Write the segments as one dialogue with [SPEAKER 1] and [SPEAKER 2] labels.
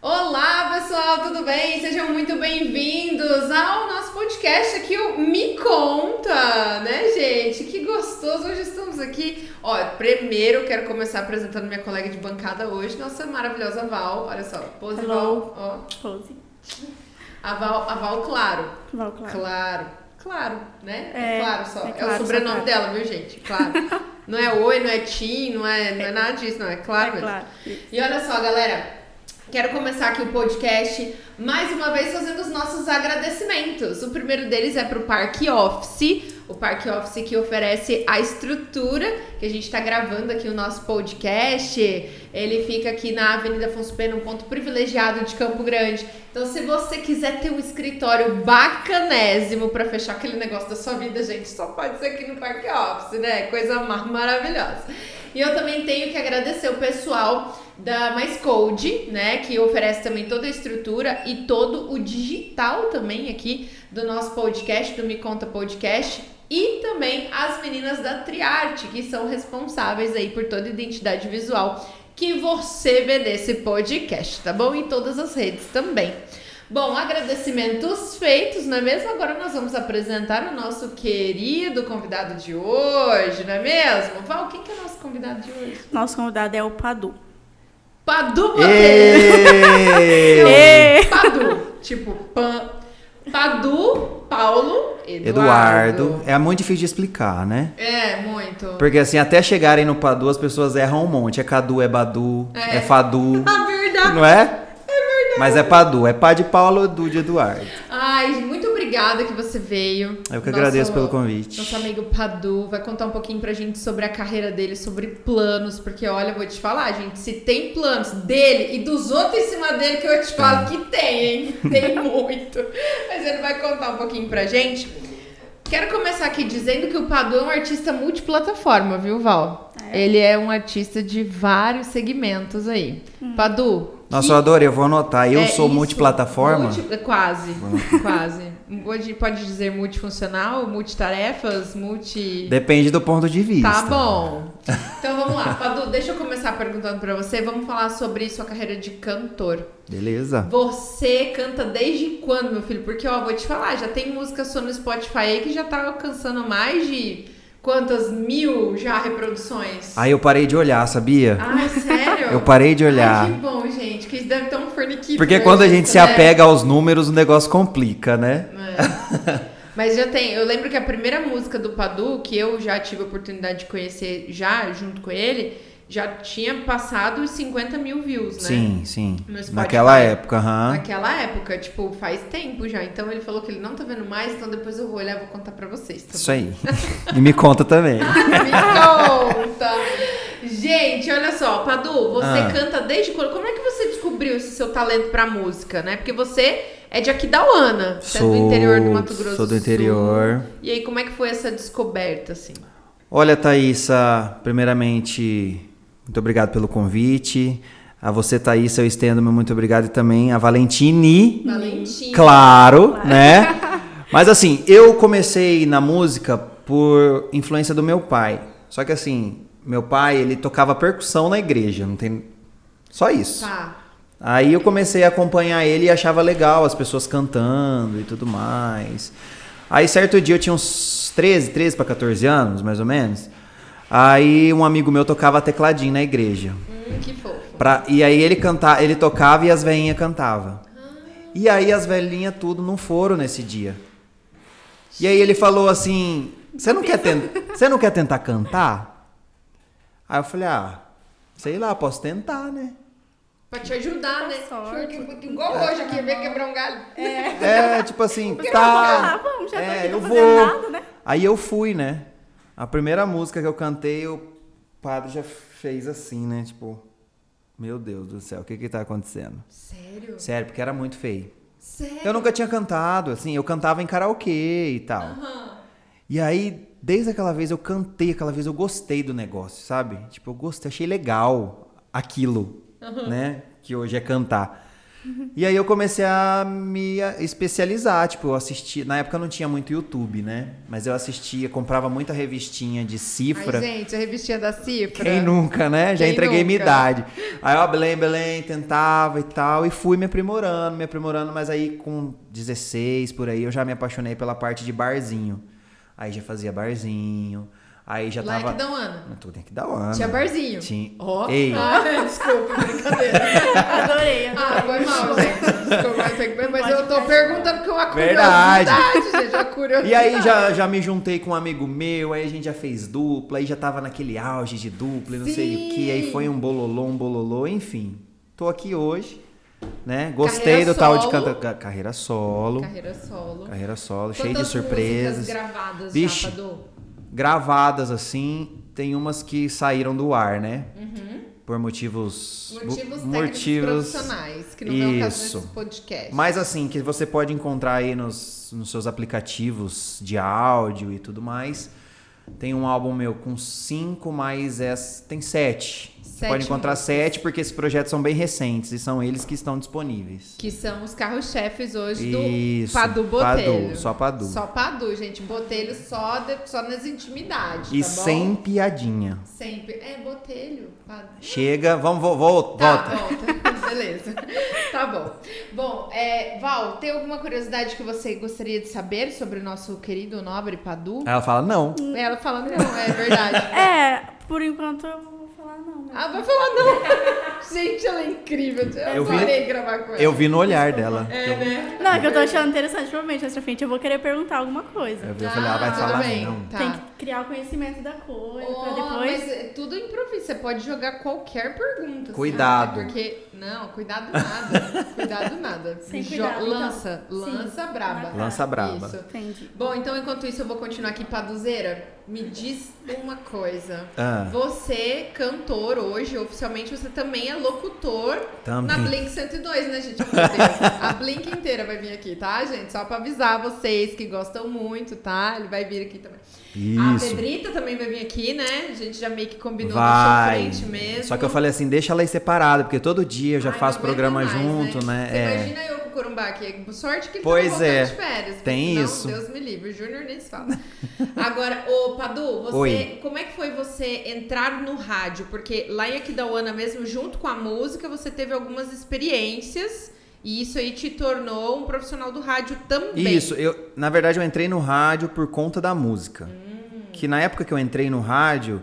[SPEAKER 1] Olá, pessoal, tudo bem? Sejam muito bem-vindos ao nosso podcast aqui, o Me Conta, né, gente? Que gostoso! Hoje estamos aqui. Ó, primeiro eu quero começar apresentando minha colega de bancada hoje, nossa maravilhosa Val. Olha só, pose
[SPEAKER 2] Hello.
[SPEAKER 1] Val. Ó,
[SPEAKER 2] Pose.
[SPEAKER 1] a Val, a Val Claro.
[SPEAKER 2] Val, claro.
[SPEAKER 1] Claro. Claro, né?
[SPEAKER 2] É,
[SPEAKER 1] claro só.
[SPEAKER 2] é
[SPEAKER 1] É,
[SPEAKER 2] claro,
[SPEAKER 1] o
[SPEAKER 2] só
[SPEAKER 1] sobrenome
[SPEAKER 2] claro.
[SPEAKER 1] dela, viu, gente? Claro. não é oi, não é Tim, não é, não é nada disso, não. É claro.
[SPEAKER 2] É
[SPEAKER 1] mesmo.
[SPEAKER 2] claro.
[SPEAKER 1] E olha só, galera. Quero começar aqui o podcast mais uma vez fazendo os nossos agradecimentos. O primeiro deles é para o Parque Office, o Parque Office que oferece a estrutura que a gente está gravando aqui o nosso podcast. Ele fica aqui na Avenida Afonso Pena, um ponto privilegiado de Campo Grande. Então, se você quiser ter um escritório bacanésimo para fechar aquele negócio da sua vida, gente, só pode ser aqui no Parque Office, né? Coisa mar- maravilhosa. E eu também tenho que agradecer o pessoal da Mais Code, né, que oferece também toda a estrutura e todo o digital também aqui do nosso podcast, do Me Conta Podcast, e também as meninas da Triarte, que são responsáveis aí por toda a identidade visual que você vê nesse podcast, tá bom? Em todas as redes também. Bom, agradecimentos feitos, não é mesmo? Agora nós vamos apresentar o nosso querido convidado de hoje, não é mesmo? Val, quem que é o nosso convidado de hoje?
[SPEAKER 2] Nosso convidado é o Padu.
[SPEAKER 1] Padu Bandeira.
[SPEAKER 2] Ê!
[SPEAKER 3] É. Ê!
[SPEAKER 1] Padu. Tipo, pan. Padu, Paulo, Eduardo.
[SPEAKER 3] Eduardo. É muito difícil de explicar, né?
[SPEAKER 1] É, muito.
[SPEAKER 3] Porque assim, até chegarem no Padu, as pessoas erram um monte. É Cadu, é Badu,
[SPEAKER 1] É.
[SPEAKER 3] é, Fadu.
[SPEAKER 1] Na verdade.
[SPEAKER 3] não é? É verdade. Mas é Padu. É Pá de Paulo, Edu de Eduardo.
[SPEAKER 1] Ai, muito obrigada que você veio.
[SPEAKER 3] Eu que agradeço pelo convite.
[SPEAKER 1] Nosso amigo Padu vai contar um pouquinho pra gente sobre a carreira dele, sobre planos, porque olha, eu vou te falar, gente, se tem planos dele e dos outros em cima dele, que eu te falo
[SPEAKER 3] É.
[SPEAKER 1] que tem, hein? Tem muito. Mas ele vai contar um pouquinho pra gente. Quero começar aqui dizendo que o Padu é um artista multiplataforma, viu, Val? Ele é um artista de vários segmentos aí. Padu.
[SPEAKER 3] Nossa,
[SPEAKER 1] que-
[SPEAKER 3] eu adorei. Eu vou anotar. Eu
[SPEAKER 1] é
[SPEAKER 3] sou
[SPEAKER 1] isso.
[SPEAKER 3] multiplataforma.
[SPEAKER 1] Multi- é Quase, quase. Pode, pode dizer multifuncional, multitarefas, multi...
[SPEAKER 3] Depende do ponto de vista.
[SPEAKER 1] Tá bom. Então vamos lá. Padu, deixa eu começar perguntando pra você. Vamos falar sobre sua carreira de cantor.
[SPEAKER 3] Beleza.
[SPEAKER 1] Você canta desde quando, meu filho? Porque, ó, vou te falar, já tem música sua no Spotify aí que já tá alcançando mais de quantas mil já reproduções?
[SPEAKER 3] Aí eu parei de olhar, sabia?
[SPEAKER 1] Ai, sério?
[SPEAKER 3] Eu parei de olhar.
[SPEAKER 1] Ai, que bom, gente, que isso deve estar um forniquito.
[SPEAKER 3] Porque
[SPEAKER 1] né,
[SPEAKER 3] quando a gente se
[SPEAKER 1] né?
[SPEAKER 3] apega aos números, o negócio complica, né?
[SPEAKER 1] É. Mas já tem, eu lembro que a primeira música do Padu, que eu já tive a oportunidade de conhecer já junto com ele, já tinha passado os 50 mil views, né?
[SPEAKER 3] Sim, sim.
[SPEAKER 1] No Spotify.
[SPEAKER 3] Naquela época, aham.
[SPEAKER 1] Naquela época, tipo, faz tempo já. Então ele falou que ele não tá vendo mais, então depois eu vou olhar e vou contar pra vocês. Tá
[SPEAKER 3] Isso aí. E me conta também.
[SPEAKER 1] Me conta! Gente, olha só, Padu, você
[SPEAKER 3] Ah.
[SPEAKER 1] canta desde quando? Como é que você descobriu esse seu talento pra música, né? Porque você é de Aquidauana, você é do
[SPEAKER 3] Sou-
[SPEAKER 1] interior do Mato Grosso
[SPEAKER 3] sou do
[SPEAKER 1] Sul.
[SPEAKER 3] interior.
[SPEAKER 1] E aí, como é que foi essa descoberta, assim?
[SPEAKER 3] Olha, Thaísa, primeiramente, muito obrigado pelo convite. A você, Thaísa, eu estendo meu muito obrigado e também a Valentine.
[SPEAKER 1] Valentim.
[SPEAKER 3] Claro, né? Mas assim, eu comecei na música por influência do meu pai. Só que assim, meu pai, ele tocava percussão na igreja, não tem só isso.
[SPEAKER 1] Tá.
[SPEAKER 3] Aí eu comecei a acompanhar ele e achava legal as pessoas cantando e tudo mais. Aí certo dia eu tinha uns 13, 13 para 14 anos, mais ou menos. Aí um amigo meu tocava tecladinho na igreja.
[SPEAKER 1] Hum, que fofo.
[SPEAKER 3] Pra- e aí ele canta, ele tocava e as velhinhas cantavam. E aí as velhinhas tudo não foram nesse dia. E aí ele falou assim: "Você não quer tentar, você não quer tentar cantar?" Aí eu falei: "Ah, sei lá, posso tentar, né?"
[SPEAKER 1] Pra te ajudar, né?
[SPEAKER 2] Sorte.
[SPEAKER 1] Igual hoje aqui, veio quebrar um galho.
[SPEAKER 3] É, tipo assim,
[SPEAKER 2] falar,
[SPEAKER 3] tá.
[SPEAKER 2] "Ah, vamos, já tô
[SPEAKER 3] é,
[SPEAKER 2] aqui, tô
[SPEAKER 3] eu
[SPEAKER 2] fazendo
[SPEAKER 3] vou.
[SPEAKER 2] nada, né?
[SPEAKER 3] Aí eu fui, né? A primeira música que eu cantei, o padre já fez assim, né? Tipo, meu Deus do céu, o que que tá acontecendo?
[SPEAKER 1] Sério?
[SPEAKER 3] Sério, porque era muito feio.
[SPEAKER 1] Sério?
[SPEAKER 3] Eu nunca tinha cantado, assim, eu cantava em karaokê e tal. E aí, desde aquela vez eu cantei, aquela vez eu gostei do negócio, sabe? Tipo, eu gostei, achei legal aquilo, né? Que hoje é cantar. E aí eu comecei a me especializar, tipo, eu assisti, na época não tinha muito YouTube, né? Mas eu assistia, comprava muita revistinha de cifra.
[SPEAKER 1] Ai, gente, a revistinha da cifra.
[SPEAKER 3] Quem nunca, né? Já
[SPEAKER 1] Quem
[SPEAKER 3] entreguei minha
[SPEAKER 1] nunca?
[SPEAKER 3] idade. Aí, ó, Belém, Belém, tentava e tal. E fui me aprimorando, me aprimorando. Mas aí, com 16, por aí, eu já me apaixonei pela parte de barzinho. Aí já fazia barzinho. Aí já
[SPEAKER 1] Lá é
[SPEAKER 3] tava...
[SPEAKER 1] que dá um ano.
[SPEAKER 3] Não, tudo tem que dar ano.
[SPEAKER 1] Tinha barzinho.
[SPEAKER 3] Tinha.
[SPEAKER 1] Ó.
[SPEAKER 3] Ei.
[SPEAKER 1] Ah, desculpa, brincadeira.
[SPEAKER 2] Adorei.
[SPEAKER 1] Ah, foi mal, gente. Desculpa, mas tem que- mas eu tô perguntando que é uma
[SPEAKER 3] Verdade.
[SPEAKER 1] curiosidade, gente. Uma curiosidade.
[SPEAKER 3] E aí já, já me juntei com um amigo meu, aí a gente já fez dupla, aí já tava naquele auge de dupla e não sei o que, aí
[SPEAKER 1] Sim.
[SPEAKER 3] foi um bololô, um bololô, enfim. Tô aqui hoje, né? Gostei
[SPEAKER 1] Carreira
[SPEAKER 3] do tal de
[SPEAKER 1] solo.
[SPEAKER 3] canta... ca- carreira solo.
[SPEAKER 1] Carreira solo.
[SPEAKER 3] Carreira solo, cheio de
[SPEAKER 1] Quantas músicas
[SPEAKER 3] surpresas.
[SPEAKER 1] gravadas
[SPEAKER 3] Vixe.
[SPEAKER 1] já, Padu?
[SPEAKER 3] Gravadas assim, tem umas que saíram do ar, né? Por motivos.
[SPEAKER 1] Uhum. Motivos técnicos
[SPEAKER 3] motivos-
[SPEAKER 1] profissionais, que não é o caso
[SPEAKER 3] Isso.
[SPEAKER 1] desse podcast.
[SPEAKER 3] Mas assim, que você pode encontrar aí nos, nos seus aplicativos de áudio e tudo mais. Tem um álbum meu com cinco, mais essa. Tem sete. Você
[SPEAKER 1] Sete
[SPEAKER 3] pode encontrar
[SPEAKER 1] músicas.
[SPEAKER 3] sete, porque esses projetos são bem recentes e são eles que estão disponíveis.
[SPEAKER 1] Que são os carros-chefes hoje do
[SPEAKER 3] Isso,
[SPEAKER 1] Padu Botelho.
[SPEAKER 3] Padu, só Padu.
[SPEAKER 1] Só Padu, gente. Botelho só, de- só nas intimidades,
[SPEAKER 3] E
[SPEAKER 1] tá bom?
[SPEAKER 3] sem piadinha.
[SPEAKER 1] Sempre. É, Botelho. Padu.
[SPEAKER 3] Chega, vamos, vo- vol-
[SPEAKER 1] Tá,
[SPEAKER 3] volta.
[SPEAKER 1] volta. Beleza. Tá bom. Bom, é, Val, tem alguma curiosidade que você gostaria de saber sobre o nosso querido nobre Padu?
[SPEAKER 3] Aí ela fala, não.
[SPEAKER 1] Ela fala, não, é verdade.
[SPEAKER 2] É, por enquanto eu não vou falar não. né?
[SPEAKER 1] Ah, vai falar não. Gente, ela é incrível. Eu,
[SPEAKER 3] Eu vi-
[SPEAKER 1] adorei gravar com ela.
[SPEAKER 3] Eu vi no olhar dela.
[SPEAKER 1] É, né?
[SPEAKER 2] Não, é que eu tô achando interessante, provavelmente, mais pra frente eu vou querer perguntar alguma coisa.
[SPEAKER 3] Eu vi, eu falei, ela vai
[SPEAKER 1] Ah,
[SPEAKER 3] falar,
[SPEAKER 1] tudo bem.
[SPEAKER 3] não.
[SPEAKER 1] Tá.
[SPEAKER 2] Tem que criar o conhecimento da coisa pra
[SPEAKER 1] Oh,
[SPEAKER 2] depois.
[SPEAKER 1] Mas é tudo improviso. Você pode jogar qualquer pergunta.
[SPEAKER 3] Cuidado.
[SPEAKER 1] sabe? É Porque. Não, cuidado nada. cuidado nada.
[SPEAKER 2] Sem
[SPEAKER 1] Jo-
[SPEAKER 2] cuidado, então.
[SPEAKER 1] Lança.
[SPEAKER 2] Sim.
[SPEAKER 1] Lança braba.
[SPEAKER 3] Lança braba.
[SPEAKER 1] Isso.
[SPEAKER 2] Entendi.
[SPEAKER 1] Bom, então enquanto isso eu vou continuar aqui, Paduzeira. Me diz uma coisa.
[SPEAKER 3] Ah,
[SPEAKER 1] Você, cantor hoje, oficialmente você também é locutor
[SPEAKER 3] também.
[SPEAKER 1] Na Blink 102, né, gente? Meu Deus. A Blink inteira vai vir aqui, tá, gente? Só pra avisar vocês que gostam muito, tá? Ele vai vir aqui também. A
[SPEAKER 3] Isso.
[SPEAKER 1] Pedrita também vai vir aqui, né? A gente já meio que combinou
[SPEAKER 3] Vai.
[SPEAKER 1] na frente mesmo.
[SPEAKER 3] Só que eu falei assim, deixa ela aí separada, porque todo dia eu já
[SPEAKER 1] Ai,
[SPEAKER 3] faço
[SPEAKER 1] não aguento
[SPEAKER 3] programa
[SPEAKER 1] mais,
[SPEAKER 3] junto, né?
[SPEAKER 1] Você Imagina eu com o Corumbá aqui. Sorte que ele
[SPEAKER 3] Pois
[SPEAKER 1] tá voltando
[SPEAKER 3] é.
[SPEAKER 1] de férias. porque
[SPEAKER 3] Tem
[SPEAKER 1] senão,
[SPEAKER 3] isso.
[SPEAKER 1] Deus me livre, o Júnior nem se fala. Agora, ô Padu, você,
[SPEAKER 3] Oi.
[SPEAKER 1] como é que foi você entrar no rádio? Porque lá em Aquidauana mesmo, junto com a música, você teve algumas experiências e isso aí te tornou um profissional do rádio também.
[SPEAKER 3] Isso, eu, na verdade eu entrei no rádio por conta da música.
[SPEAKER 1] Hum.
[SPEAKER 3] Que na época que eu entrei no rádio,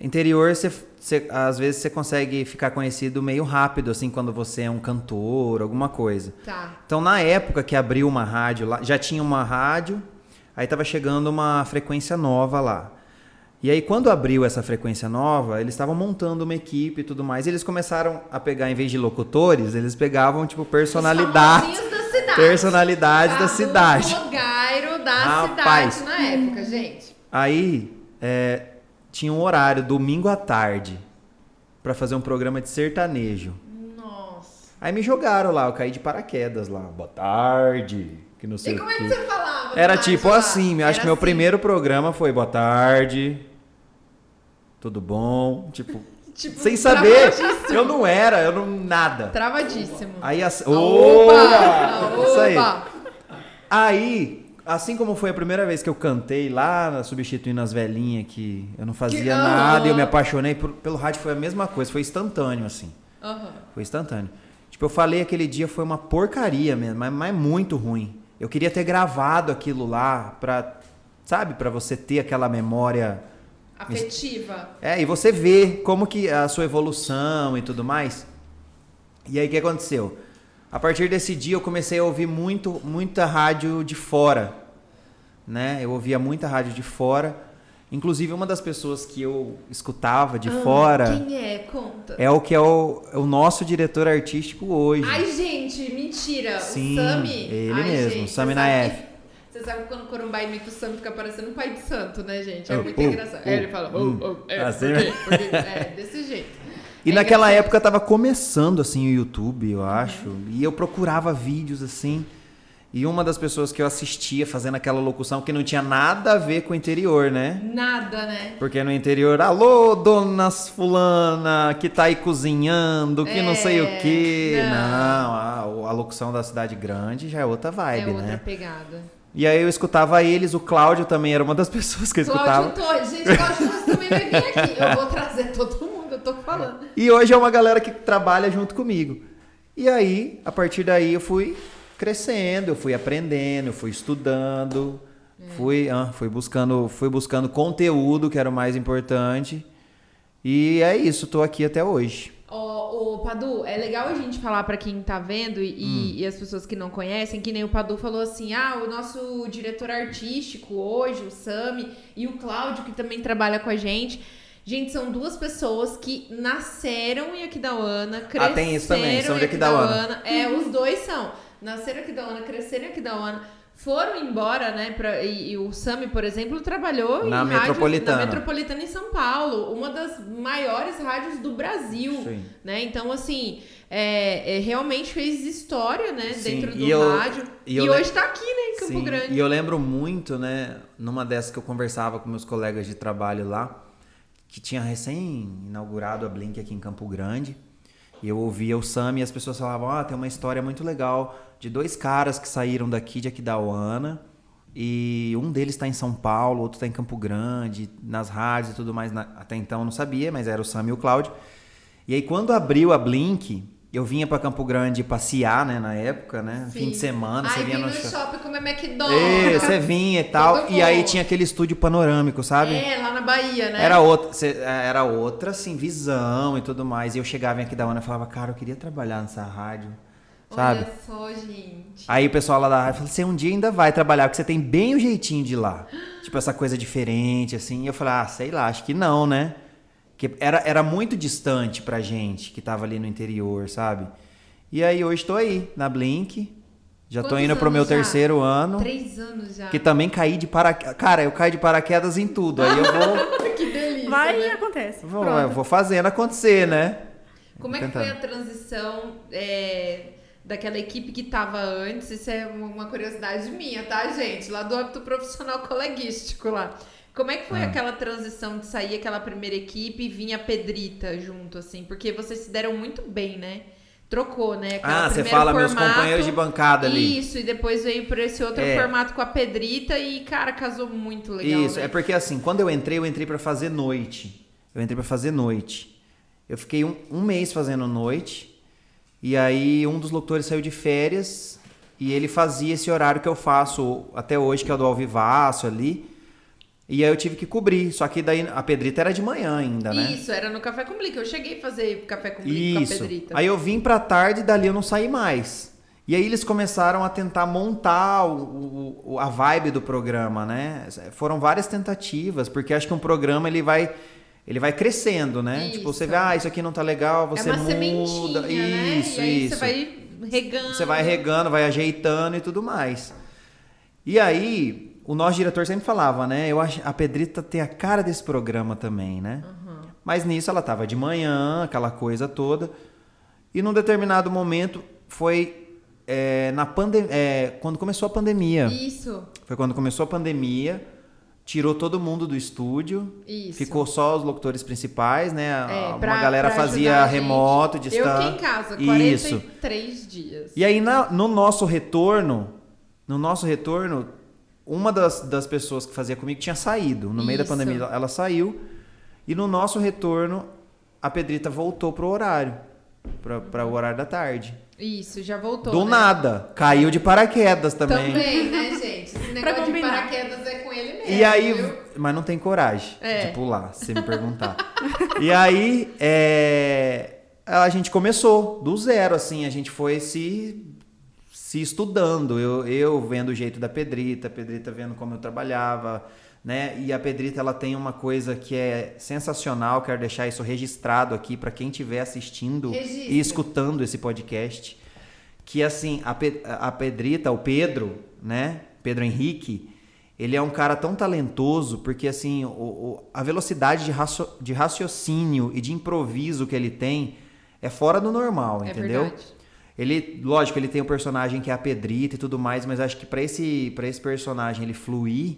[SPEAKER 3] interior você, você- às vezes você consegue ficar conhecido meio rápido, assim, quando você é um cantor, alguma coisa.
[SPEAKER 1] Tá.
[SPEAKER 3] Então, na época que abriu uma rádio lá, já tinha uma rádio, aí tava chegando uma frequência nova lá. E aí, quando abriu essa frequência nova, eles estavam montando uma equipe e tudo mais. E eles começaram a pegar, em vez de locutores, eles pegavam, tipo,
[SPEAKER 1] Os
[SPEAKER 3] personalidades.
[SPEAKER 1] famosinhos da cidade. Ah,
[SPEAKER 3] Personalidades da
[SPEAKER 1] Padu,
[SPEAKER 3] cidade.
[SPEAKER 1] O Gairo da
[SPEAKER 3] Rapaz.
[SPEAKER 1] cidade na época, gente.
[SPEAKER 3] Aí, é, tinha um horário, domingo à tarde, pra fazer um programa de sertanejo.
[SPEAKER 1] Nossa.
[SPEAKER 3] Aí me jogaram lá, eu caí de paraquedas lá. Boa tarde, que não sei
[SPEAKER 1] E
[SPEAKER 3] o
[SPEAKER 1] como é que
[SPEAKER 3] quê.
[SPEAKER 1] você falava?
[SPEAKER 3] Era
[SPEAKER 1] Nath,
[SPEAKER 3] tipo
[SPEAKER 1] lá?
[SPEAKER 3] assim, eu acho
[SPEAKER 1] Era
[SPEAKER 3] que meu
[SPEAKER 1] assim.
[SPEAKER 3] primeiro programa foi boa tarde. Tudo bom? Tipo,
[SPEAKER 1] Tipo,
[SPEAKER 3] sem saber.
[SPEAKER 1] travadíssimo.
[SPEAKER 3] Eu não era, eu não nada.
[SPEAKER 1] Travadíssimo.
[SPEAKER 3] Aí as,
[SPEAKER 1] Opa!
[SPEAKER 3] Opa! Isso aí.
[SPEAKER 1] Opa!
[SPEAKER 3] Aí, assim como foi a primeira vez que eu cantei lá, na- substituindo as velhinhas que eu não fazia
[SPEAKER 1] Que-
[SPEAKER 3] nada, e eu me
[SPEAKER 1] Aham.
[SPEAKER 3] apaixonei por- pelo rádio, foi a mesma coisa, foi instantâneo assim.
[SPEAKER 1] Aham.
[SPEAKER 3] Foi instantâneo. Tipo, eu falei aquele dia foi uma porcaria mesmo, mas, mas muito ruim. Eu queria ter gravado aquilo lá pra, sabe, pra você ter aquela memória.
[SPEAKER 1] Afetiva.
[SPEAKER 3] É, e você vê como que a sua evolução e tudo mais. E aí o que aconteceu? A partir desse dia eu comecei a ouvir muito, muita rádio de fora, né? Eu ouvia muita rádio de fora. Inclusive uma das pessoas que eu escutava de
[SPEAKER 1] Ah,
[SPEAKER 3] fora
[SPEAKER 1] Quem é? Conta.
[SPEAKER 3] é o que é o, é o nosso diretor artístico hoje.
[SPEAKER 1] Ai, gente, mentira.
[SPEAKER 3] Sim,
[SPEAKER 1] o Sami.
[SPEAKER 3] ele
[SPEAKER 1] Ai,
[SPEAKER 3] mesmo,
[SPEAKER 1] gente, você sabe
[SPEAKER 3] Sami Naef.
[SPEAKER 1] que- Você sabe que quando o Corumbá imita o Sami fica parecendo um pai de santo, né, gente? É
[SPEAKER 3] Oh,
[SPEAKER 1] muito
[SPEAKER 3] oh,
[SPEAKER 1] engraçado. É,
[SPEAKER 3] oh,
[SPEAKER 1] ele fala, oh,
[SPEAKER 3] hum.
[SPEAKER 1] oh, é,
[SPEAKER 3] Ah,
[SPEAKER 1] por
[SPEAKER 3] sim.
[SPEAKER 1] quê? Por quê? é, desse jeito.
[SPEAKER 3] E
[SPEAKER 1] É
[SPEAKER 3] naquela
[SPEAKER 1] engraçado.
[SPEAKER 3] época tava começando assim o YouTube, eu acho, e eu procurava vídeos assim. E uma das pessoas que eu assistia fazendo aquela locução que não tinha nada a ver com o interior, né?
[SPEAKER 1] Nada, né?
[SPEAKER 3] Porque no interior, alô, donas fulana, que tá aí cozinhando, que não sei
[SPEAKER 1] É,
[SPEAKER 3] o quê.
[SPEAKER 1] não.
[SPEAKER 3] Não, a, a locução da cidade grande já é outra vibe,
[SPEAKER 1] é outra
[SPEAKER 3] né?
[SPEAKER 1] pegada.
[SPEAKER 3] E aí eu escutava eles, o Cláudio também era uma das pessoas que eu escutava.
[SPEAKER 1] Cláudio Torres, gente, Cláudio Torres também vai vir aqui. Eu vou trazer todo mundo, eu tô falando.
[SPEAKER 3] E hoje é uma galera que trabalha junto comigo. E aí, a partir daí, eu fui crescendo, eu fui aprendendo, eu fui estudando, fui, ah, fui, buscando, fui buscando conteúdo, que era o mais importante. E é isso, tô aqui até hoje.
[SPEAKER 1] Ó, ô, Padu, é legal a gente falar pra quem tá vendo e,
[SPEAKER 3] Hum.
[SPEAKER 1] e as pessoas que não conhecem, que nem o Padu falou assim: ah, o nosso diretor artístico hoje, o Sami, e o Cláudio, que também trabalha com a gente. Gente, são duas pessoas que nasceram em Aquidauana, cresceram
[SPEAKER 3] Ah, tem isso também, são de
[SPEAKER 1] em
[SPEAKER 3] Aquidauana. Uhum.
[SPEAKER 1] É, os dois são. Nasceram em Aquidauana, cresceram em Aquidauana, foram embora, né? Pra, e, e o Sami, por exemplo, trabalhou
[SPEAKER 3] Na
[SPEAKER 1] em
[SPEAKER 3] Metropolitana.
[SPEAKER 1] Rádio, na Metropolitana em São Paulo, uma das maiores rádios do Brasil
[SPEAKER 3] Sim.
[SPEAKER 1] né? Então, assim, é, é, realmente fez história, né?
[SPEAKER 3] Sim,
[SPEAKER 1] Dentro do
[SPEAKER 3] e eu-
[SPEAKER 1] rádio.
[SPEAKER 3] e
[SPEAKER 1] E,
[SPEAKER 3] eu le-
[SPEAKER 1] hoje tá aqui, né? Em Campo
[SPEAKER 3] Sim,
[SPEAKER 1] Grande.
[SPEAKER 3] E eu lembro muito, né, numa dessas que eu conversava com meus colegas de trabalho lá, que tinha recém-inaugurado a Blink aqui em Campo Grande. E eu ouvia o Sam e as pessoas falavam: Ah, tem uma história muito legal de dois caras que saíram daqui de Aquidauana. E um deles está em São Paulo, outro está em Campo Grande, nas rádios e tudo mais. na- Até então eu não sabia, mas era o Sam e o Cláudio. E aí, quando abriu a Blink, eu vinha para Campo Grande passear, né, na época, né? Fim de
[SPEAKER 1] Sim.
[SPEAKER 3] semana,
[SPEAKER 1] Aí
[SPEAKER 3] você vinha
[SPEAKER 1] vim
[SPEAKER 3] no,
[SPEAKER 1] no
[SPEAKER 3] shopping.
[SPEAKER 1] shopping comer
[SPEAKER 3] É,
[SPEAKER 1] McDonald's.
[SPEAKER 3] você vinha e tal.
[SPEAKER 1] Todo
[SPEAKER 3] E aí
[SPEAKER 1] mundo.
[SPEAKER 3] tinha aquele estúdio panorâmico, sabe?
[SPEAKER 1] É, lá na Bahia, né?
[SPEAKER 3] Era outra, cê- era outra, assim, visão e tudo mais. E eu chegava em aqui da Ana e falava, cara, eu queria trabalhar nessa rádio, sabe?
[SPEAKER 1] Olha só, gente.
[SPEAKER 3] Aí o pessoal lá da rádio falou, você um dia ainda vai trabalhar, porque você tem bem o jeitinho de lá. Tipo, essa coisa diferente, assim. E eu falei, ah, sei lá, acho que não, né? Porque era, era muito distante pra gente, que tava ali no interior, sabe? E aí hoje tô aí, na Blink. Já tô
[SPEAKER 1] Quantos
[SPEAKER 3] indo pro meu
[SPEAKER 1] anos já?
[SPEAKER 3] terceiro ano.
[SPEAKER 1] Três anos já.
[SPEAKER 3] Que tá- também caí de paraquedas. Cara, eu caio de paraquedas em tudo. Aí eu vou,
[SPEAKER 1] Que delícia.
[SPEAKER 2] Vai e
[SPEAKER 1] né?
[SPEAKER 2] acontece.
[SPEAKER 3] vou,
[SPEAKER 2] Pronto.
[SPEAKER 3] eu vou fazendo acontecer, né?
[SPEAKER 1] Como é que foi a transição é, daquela equipe que tava antes? Isso é uma curiosidade minha, tá, gente? Lá do âmbito profissional coleguístico lá. Como é que
[SPEAKER 3] Ah.
[SPEAKER 1] foi aquela transição de sair aquela primeira equipe e vir a Pedrita junto, assim? Porque vocês se deram muito bem, né? Trocou, né? Aquela
[SPEAKER 3] Ah, você
[SPEAKER 1] primeiro
[SPEAKER 3] fala meus
[SPEAKER 1] formato,
[SPEAKER 3] companheiros de bancada ali.
[SPEAKER 1] Isso, e depois veio por esse outro
[SPEAKER 3] É.
[SPEAKER 1] formato com a Pedrita e, cara, casou muito legal.
[SPEAKER 3] Isso,
[SPEAKER 1] né?
[SPEAKER 3] é porque assim, quando eu entrei, eu entrei pra fazer noite. Eu entrei pra fazer noite. Eu fiquei um, um mês fazendo noite. E aí um dos locutores saiu de férias e ele fazia esse horário que eu faço até hoje, que é o do Alvivaço ali. E aí eu tive que cobrir. Só que daí a Pedrita era de manhã ainda, né?
[SPEAKER 1] Isso, era no Café com Blick. Eu cheguei a fazer café com Blick com a
[SPEAKER 3] Isso.
[SPEAKER 1] Pedrita.
[SPEAKER 3] Aí eu vim pra tarde e dali eu não saí mais. E aí eles começaram a tentar montar o- o- o- a vibe do programa, né? Foram várias tentativas, porque acho que um programa ele vai ele vai crescendo, né?
[SPEAKER 1] Isso.
[SPEAKER 3] Tipo, você vê, ah, isso aqui não tá legal, você
[SPEAKER 1] é uma
[SPEAKER 3] muda.
[SPEAKER 1] sementinha, né?
[SPEAKER 3] Isso,
[SPEAKER 1] e aí
[SPEAKER 3] isso.
[SPEAKER 1] você vai regando.
[SPEAKER 3] Você vai regando, vai ajeitando e tudo mais. E aí, o nosso diretor sempre falava, né? Eu acho a Pedrita tem a cara desse programa também, né?
[SPEAKER 1] Uhum.
[SPEAKER 3] Mas nisso ela tava de manhã, aquela coisa toda. E num determinado momento foi é, na pandemia, quando começou a pandemia.
[SPEAKER 1] Isso,
[SPEAKER 3] Foi quando começou a pandemia, tirou todo mundo do estúdio.
[SPEAKER 1] isso.
[SPEAKER 3] Ficou só os locutores principais, né?
[SPEAKER 1] É,
[SPEAKER 3] Uma
[SPEAKER 1] pra-
[SPEAKER 3] galera
[SPEAKER 1] pra ajudar a
[SPEAKER 3] fazia
[SPEAKER 1] gente.
[SPEAKER 3] remoto, distante.
[SPEAKER 1] Eu fiquei em casa,
[SPEAKER 3] Isso.
[SPEAKER 1] 43 dias.
[SPEAKER 3] E aí, na- no nosso retorno, no nosso retorno, uma das, das pessoas que fazia comigo tinha saído. No meio da
[SPEAKER 1] Isso.
[SPEAKER 3] pandemia, ela- ela saiu. E no nosso retorno, a Pedrita voltou pro horário. Pra, pra o horário da tarde.
[SPEAKER 1] Isso, já voltou.
[SPEAKER 3] Do
[SPEAKER 1] né?
[SPEAKER 3] nada. Caiu de paraquedas também.
[SPEAKER 1] Também, né, gente? Esse negócio de
[SPEAKER 2] combinar.
[SPEAKER 1] paraquedas é com ele mesmo.
[SPEAKER 3] E aí,
[SPEAKER 1] viu?
[SPEAKER 3] mas não tem coragem
[SPEAKER 1] É.
[SPEAKER 3] de pular, se me perguntar. e aí, é, a gente começou do zero, assim, a gente foi se, se estudando. Eu, eu vendo o jeito da Pedrita, a Pedrita vendo como eu trabalhava, né? E a Pedrita, ela tem uma coisa que é sensacional, quero deixar isso registrado aqui para quem estiver assistindo
[SPEAKER 1] Registra.
[SPEAKER 3] e escutando esse podcast. Que assim, a, Pe- a Pedrita, o Pedro, né? Pedro Henrique, ele é um cara tão talentoso porque assim, o- o- a velocidade de, racio- de raciocínio e de improviso que ele tem é fora do normal,
[SPEAKER 1] É
[SPEAKER 3] entendeu?
[SPEAKER 1] verdade.
[SPEAKER 3] Ele, lógico, ele tem um personagem que é a Pedrita e tudo mais, mas acho que para esse, pra esse personagem ele fluir,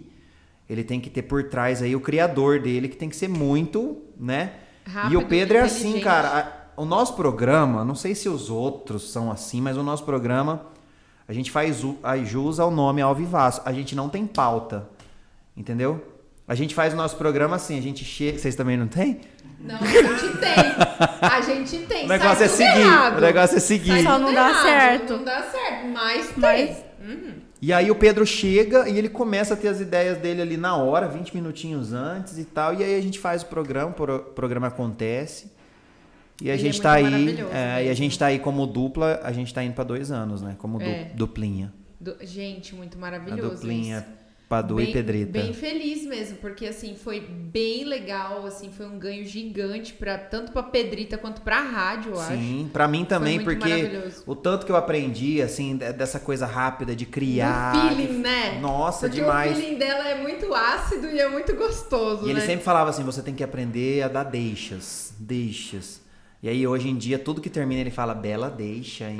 [SPEAKER 3] ele tem que ter por trás aí o criador dele, que tem que ser muito, né? e
[SPEAKER 1] Rápido,
[SPEAKER 3] o Pedro é assim,
[SPEAKER 1] inteligente.
[SPEAKER 3] cara. a- o nosso programa, não sei se os outros são assim, mas o nosso programa, a gente faz ju- a jus ao nome ao vivaço. A gente não tem pauta, entendeu? A gente faz o nosso programa assim, a gente chega. Vocês também não tem?
[SPEAKER 1] Não, a gente tem. A gente tem.
[SPEAKER 3] O
[SPEAKER 1] Sai
[SPEAKER 3] negócio é
[SPEAKER 1] tudo
[SPEAKER 3] seguir.
[SPEAKER 1] errado.
[SPEAKER 3] O negócio é
[SPEAKER 1] Sai
[SPEAKER 3] seguir.
[SPEAKER 2] Só
[SPEAKER 1] tudo
[SPEAKER 2] não dá
[SPEAKER 1] errado,
[SPEAKER 2] certo.
[SPEAKER 1] Não dá certo, mas tem.
[SPEAKER 2] Mas-
[SPEAKER 3] E aí o Pedro chega e ele começa a ter as ideias dele ali na hora, 20 minutinhos antes e tal. E aí a gente faz o programa, o pro- programa acontece. E
[SPEAKER 1] Ele
[SPEAKER 3] a
[SPEAKER 1] é
[SPEAKER 3] gente
[SPEAKER 1] muito
[SPEAKER 3] tá aí,
[SPEAKER 1] maravilhoso
[SPEAKER 3] é, e a
[SPEAKER 1] mesmo.
[SPEAKER 3] gente tá aí como dupla, a gente tá indo pra dois anos, né? Como du-
[SPEAKER 1] É.
[SPEAKER 3] duplinha.
[SPEAKER 1] Du- Gente, muito
[SPEAKER 3] A
[SPEAKER 1] maravilhoso.
[SPEAKER 3] duplinha
[SPEAKER 1] isso.
[SPEAKER 3] Padu
[SPEAKER 1] bem,
[SPEAKER 3] e Pedrita.
[SPEAKER 1] Bem feliz mesmo, porque assim foi bem legal, assim foi um ganho gigante para tanto pra Pedrita quanto pra rádio, eu acho.
[SPEAKER 3] Sim, pra mim também,
[SPEAKER 1] muito
[SPEAKER 3] porque
[SPEAKER 1] maravilhoso.
[SPEAKER 3] o tanto que eu aprendi, assim, de- dessa coisa rápida de criar.
[SPEAKER 1] Do feeling,
[SPEAKER 3] de-
[SPEAKER 1] né?
[SPEAKER 3] Nossa,
[SPEAKER 1] porque
[SPEAKER 3] demais.
[SPEAKER 1] o feeling dela é muito ácido e é muito gostoso,
[SPEAKER 3] E ele
[SPEAKER 1] né?
[SPEAKER 3] sempre falava assim: você tem que aprender a dar deixas, deixas. E aí hoje em dia, tudo que termina, ele fala, bela deixa, hein?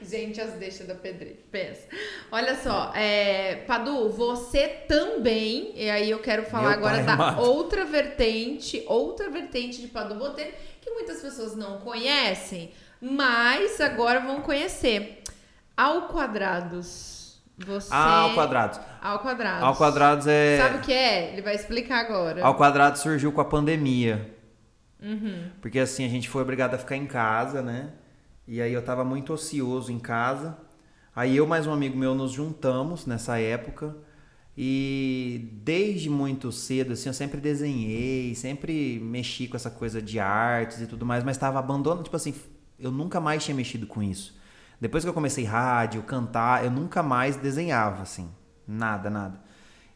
[SPEAKER 1] Gente, as deixas da Pedrita. Pensa. Olha só, é, Padu, você também, e aí eu quero falar
[SPEAKER 3] Meu
[SPEAKER 1] agora
[SPEAKER 3] pai
[SPEAKER 1] da
[SPEAKER 3] amado.
[SPEAKER 1] outra vertente, outra vertente de Padu Botelho, que muitas pessoas não conhecem, mas agora vão conhecer. Ao quadrados. Você.
[SPEAKER 3] ah, ao quadrado.
[SPEAKER 1] Ao quadrados.
[SPEAKER 3] Ao quadrado é.
[SPEAKER 1] Sabe o é? que é? Ele vai explicar agora.
[SPEAKER 3] Ao quadrado surgiu com a pandemia. Porque assim, a gente foi obrigado a ficar em casa, né? E aí eu tava muito ocioso em casa. Aí eu mais um amigo meu nos juntamos nessa época. E desde muito cedo, assim, eu sempre desenhei, sempre mexi com essa coisa de artes e tudo mais, mas tava abandonando, tipo assim, eu nunca mais tinha mexido com isso. Depois que eu comecei rádio, cantar, eu nunca mais desenhava, assim, nada, nada.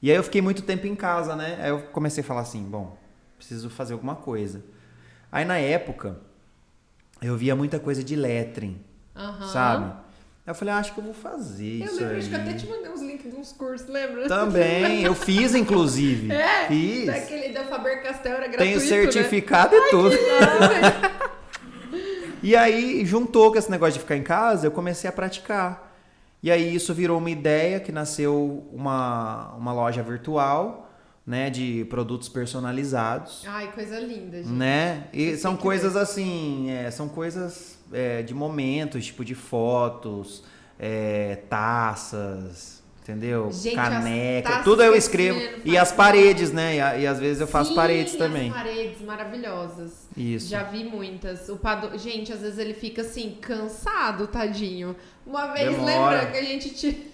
[SPEAKER 3] E aí eu fiquei muito tempo em casa, né? Aí eu comecei a falar assim, bom, preciso fazer alguma coisa. Aí na época, eu via muita coisa de lettering,
[SPEAKER 1] Aham.
[SPEAKER 3] sabe? Aí eu falei, ah, acho que eu vou fazer
[SPEAKER 1] Eu
[SPEAKER 3] isso
[SPEAKER 1] lembro,
[SPEAKER 3] aí.
[SPEAKER 1] acho que eu até te mandei uns links de uns cursos, lembra?
[SPEAKER 3] Também, eu fiz inclusive.
[SPEAKER 1] É,
[SPEAKER 3] fiz.
[SPEAKER 1] Daquele da Faber-Castell era gratuito,
[SPEAKER 3] Tenho
[SPEAKER 1] né?
[SPEAKER 3] certificado e tudo. E aí, juntou com esse negócio de ficar em casa, eu comecei a praticar. E aí, isso virou uma ideia que nasceu uma, uma loja virtual, né? De produtos personalizados,
[SPEAKER 1] Ai, coisa linda, gente.
[SPEAKER 3] né? E
[SPEAKER 1] Vocês
[SPEAKER 3] são
[SPEAKER 1] têm que
[SPEAKER 3] coisas assim, é, são coisas é, de momentos, tipo de fotos, é, taças, entendeu?
[SPEAKER 1] Gente, as
[SPEAKER 3] Caneca,
[SPEAKER 1] taças
[SPEAKER 3] tudo eu
[SPEAKER 1] que
[SPEAKER 3] escrevo.
[SPEAKER 1] esse menino
[SPEAKER 3] E
[SPEAKER 1] faz.
[SPEAKER 3] as paredes, né? E, a- e às vezes eu faço
[SPEAKER 1] Sim,
[SPEAKER 3] paredes
[SPEAKER 1] as
[SPEAKER 3] também.
[SPEAKER 1] paredes maravilhosas.
[SPEAKER 3] Isso.
[SPEAKER 1] Já vi muitas. O Padu... Gente, às vezes ele fica assim, cansado, tadinho. Uma vez,
[SPEAKER 3] Demora.
[SPEAKER 1] lembra que a gente te.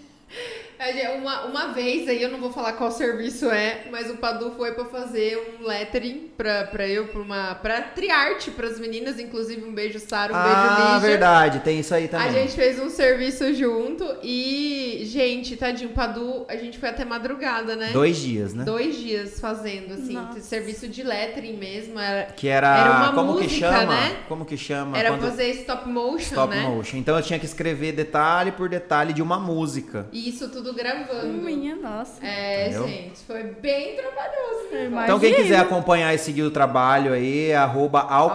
[SPEAKER 1] a gente- Uma, uma vez, aí eu não vou falar qual serviço é, mas o Padu foi pra fazer um lettering pra, pra eu, pra uma. pra triarte pras meninas, inclusive um beijo, Sara, um
[SPEAKER 3] ah,
[SPEAKER 1] beijo, Lígia.
[SPEAKER 3] verdade, tem isso aí também.
[SPEAKER 1] A gente fez um serviço junto e, gente, tadinho, Padu, a gente foi até madrugada, né?
[SPEAKER 3] Dois dias, né?
[SPEAKER 1] Dois dias fazendo, assim,
[SPEAKER 2] Nossa.
[SPEAKER 1] serviço de lettering mesmo. Era,
[SPEAKER 3] Que era.
[SPEAKER 1] Era uma
[SPEAKER 3] como que
[SPEAKER 1] música,
[SPEAKER 3] chama?
[SPEAKER 1] né?
[SPEAKER 3] Como que chama?
[SPEAKER 1] era
[SPEAKER 3] quando-
[SPEAKER 1] fazer stop motion,
[SPEAKER 3] Stop
[SPEAKER 1] né?
[SPEAKER 3] motion. Então eu tinha que escrever detalhe por detalhe de uma música.
[SPEAKER 1] E isso tudo gravando.
[SPEAKER 2] Minha nossa.
[SPEAKER 1] É,
[SPEAKER 3] Entendeu?
[SPEAKER 1] gente, foi bem trabalhoso, né?
[SPEAKER 2] Imagina.
[SPEAKER 3] Então quem quiser acompanhar e seguir o trabalho aí, é arroba ao,
[SPEAKER 1] Ao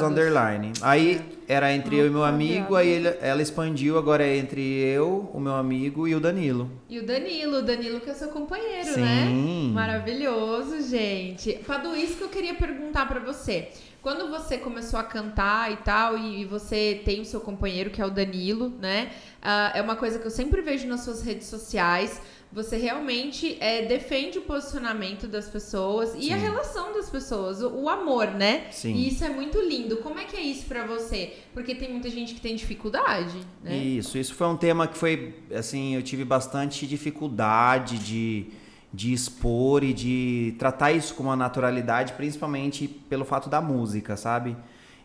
[SPEAKER 1] quadrados.
[SPEAKER 3] underline. Aí era entre
[SPEAKER 2] Ao
[SPEAKER 3] eu e meu amigo,
[SPEAKER 2] quadrados.
[SPEAKER 3] aí ele- ela expandiu, agora é entre eu, o meu amigo e o Danilo.
[SPEAKER 1] E o Danilo, o Danilo que é seu companheiro,
[SPEAKER 3] Sim.
[SPEAKER 1] né? Maravilhoso, gente. Padu, isso que eu queria perguntar pra você. Quando você começou a cantar e tal, e você tem o seu companheiro, que é o Danilo, né? Ah, é uma coisa que eu sempre vejo nas suas redes sociais. Você realmente eh, defende o posicionamento das pessoas e a
[SPEAKER 3] Sim.
[SPEAKER 1] relação das pessoas, o, o amor, né?
[SPEAKER 3] Sim.
[SPEAKER 1] E isso é muito lindo. Como é que é isso pra você? Porque tem muita gente que tem dificuldade, né?
[SPEAKER 3] Isso, isso foi um tema que foi, assim, eu tive bastante dificuldade de, de expor e de tratar isso com uma naturalidade, principalmente pelo fato da música, sabe?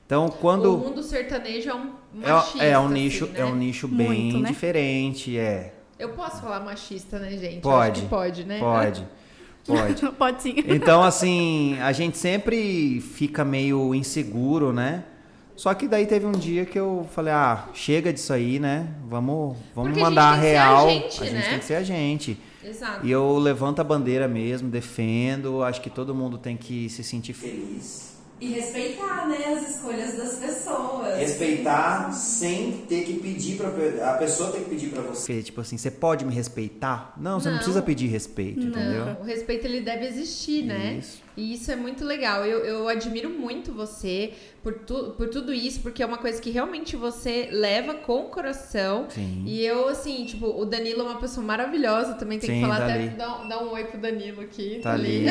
[SPEAKER 3] Então,
[SPEAKER 1] O
[SPEAKER 3] quando
[SPEAKER 1] mundo sertanejo é um
[SPEAKER 3] é,
[SPEAKER 1] machista.
[SPEAKER 3] é um
[SPEAKER 1] assim,
[SPEAKER 3] nicho,
[SPEAKER 1] né?
[SPEAKER 3] é um nicho bem
[SPEAKER 2] Muito, né?
[SPEAKER 3] diferente, é.
[SPEAKER 1] Eu posso falar machista, né, gente?
[SPEAKER 3] Pode.
[SPEAKER 1] Eu acho que pode, né?
[SPEAKER 3] Pode. Pode.
[SPEAKER 2] Pode sim.
[SPEAKER 3] Então, assim, a gente sempre fica meio inseguro, né? Só que daí teve um dia que eu falei, ah, chega disso aí, né? Vamos,
[SPEAKER 1] Porque
[SPEAKER 3] vamos
[SPEAKER 1] a gente
[SPEAKER 3] mandar
[SPEAKER 1] tem que ser a
[SPEAKER 3] real.
[SPEAKER 1] gente, né?
[SPEAKER 3] tem que ser a gente.
[SPEAKER 1] Exato.
[SPEAKER 3] E eu levanto a bandeira mesmo, defendo, acho que todo mundo tem que se sentir feliz,
[SPEAKER 4] E respeitar, né, as escolhas das pessoas.
[SPEAKER 3] Respeitar sem ter que pedir pra pe- a pessoa ter que pedir pra você. Tipo assim, você pode me respeitar? Não, você não,
[SPEAKER 1] Não.
[SPEAKER 3] precisa pedir respeito, entendeu?
[SPEAKER 1] Não, o respeito ele deve existir, né?
[SPEAKER 3] Isso.
[SPEAKER 1] E isso é muito legal. Eu, eu admiro muito você por, tu, por tudo isso, porque é uma coisa que realmente você leva com o coração.
[SPEAKER 3] Sim.
[SPEAKER 1] E eu, assim, tipo, o Danilo é uma pessoa maravilhosa, também tem
[SPEAKER 3] Sim,
[SPEAKER 1] que falar
[SPEAKER 3] tá
[SPEAKER 1] até
[SPEAKER 3] ali.
[SPEAKER 1] dar, dar um oi pro Danilo aqui.
[SPEAKER 3] Tá ali.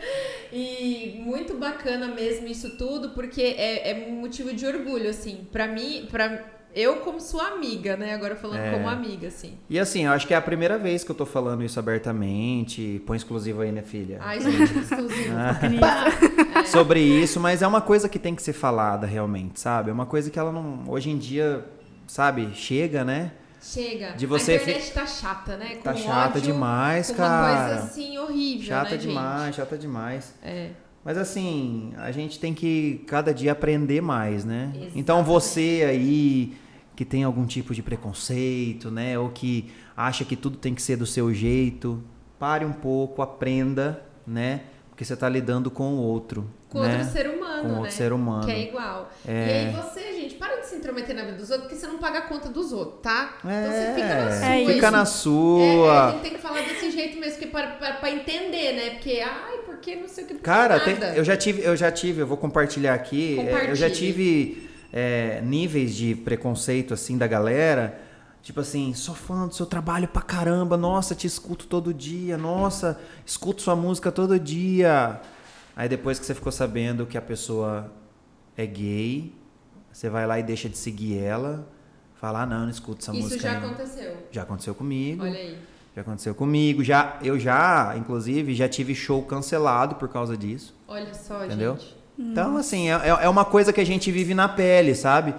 [SPEAKER 1] e muito bacana mesmo isso tudo, porque é, é um motivo de orgulho, assim. Pra mim, pra eu como sua amiga, né? Agora falando
[SPEAKER 3] É.
[SPEAKER 1] como amiga, assim.
[SPEAKER 3] E assim, eu acho que é a primeira vez que eu tô falando isso abertamente. Põe exclusivo aí, né, filha?
[SPEAKER 1] Ai, gente, exclusivo.
[SPEAKER 3] Ah. sobre isso, mas é uma coisa que tem que ser falada realmente, sabe? É uma coisa que ela não. Hoje em dia, sabe, chega, né?
[SPEAKER 1] Chega.
[SPEAKER 3] De você
[SPEAKER 1] a internet tá chata, né? Com
[SPEAKER 3] Tá chata
[SPEAKER 1] ódio,
[SPEAKER 3] demais,
[SPEAKER 1] com Uma
[SPEAKER 3] cara.
[SPEAKER 1] coisa assim horrível, né,
[SPEAKER 3] Chata
[SPEAKER 1] gente?
[SPEAKER 3] demais, chata demais.
[SPEAKER 1] É.
[SPEAKER 3] Mas assim, a gente tem que cada dia aprender mais, né?
[SPEAKER 1] Exatamente.
[SPEAKER 3] Então você aí que tem algum tipo de preconceito, né? Ou que acha que tudo tem que ser do seu jeito, pare um pouco, aprenda, né? Porque você tá lidando com o outro.
[SPEAKER 1] Com
[SPEAKER 3] né?
[SPEAKER 1] outro ser humano,
[SPEAKER 3] Com
[SPEAKER 1] né?
[SPEAKER 3] outro ser humano.
[SPEAKER 1] Que é igual. E aí você, gente, para de se intrometer na vida dos outros, porque você não paga a conta dos outros, tá? Então você fica na sua.
[SPEAKER 2] É,
[SPEAKER 1] gente.
[SPEAKER 3] fica na
[SPEAKER 1] É, a
[SPEAKER 3] sua.
[SPEAKER 1] gente tem que falar desse jeito mesmo, que para, para, para entender, né? Porque, ai, porque não sei o que. porque
[SPEAKER 3] Cara,
[SPEAKER 1] nada.
[SPEAKER 3] tem- eu já tive, eu já tive, eu vou compartilhar aqui. é, Eu já tive é, níveis de preconceito assim da galera. Tipo assim, sou fã do seu trabalho pra caramba, nossa, te escuto todo dia, nossa, escuto sua música todo dia. Aí depois que você ficou sabendo que a pessoa é gay, você vai lá e deixa de seguir ela, fala, ah, não, não escuto essa
[SPEAKER 1] Isso
[SPEAKER 3] música.
[SPEAKER 1] já
[SPEAKER 3] não."
[SPEAKER 1] aconteceu.
[SPEAKER 3] Já aconteceu comigo.
[SPEAKER 1] Olha aí.
[SPEAKER 3] Já aconteceu comigo, já eu já, inclusive, já tive show cancelado por causa disso.
[SPEAKER 1] Olha só,
[SPEAKER 3] Entendeu?
[SPEAKER 1] gente.
[SPEAKER 3] Então, assim, é, é- é uma coisa que a gente vive na pele, sabe?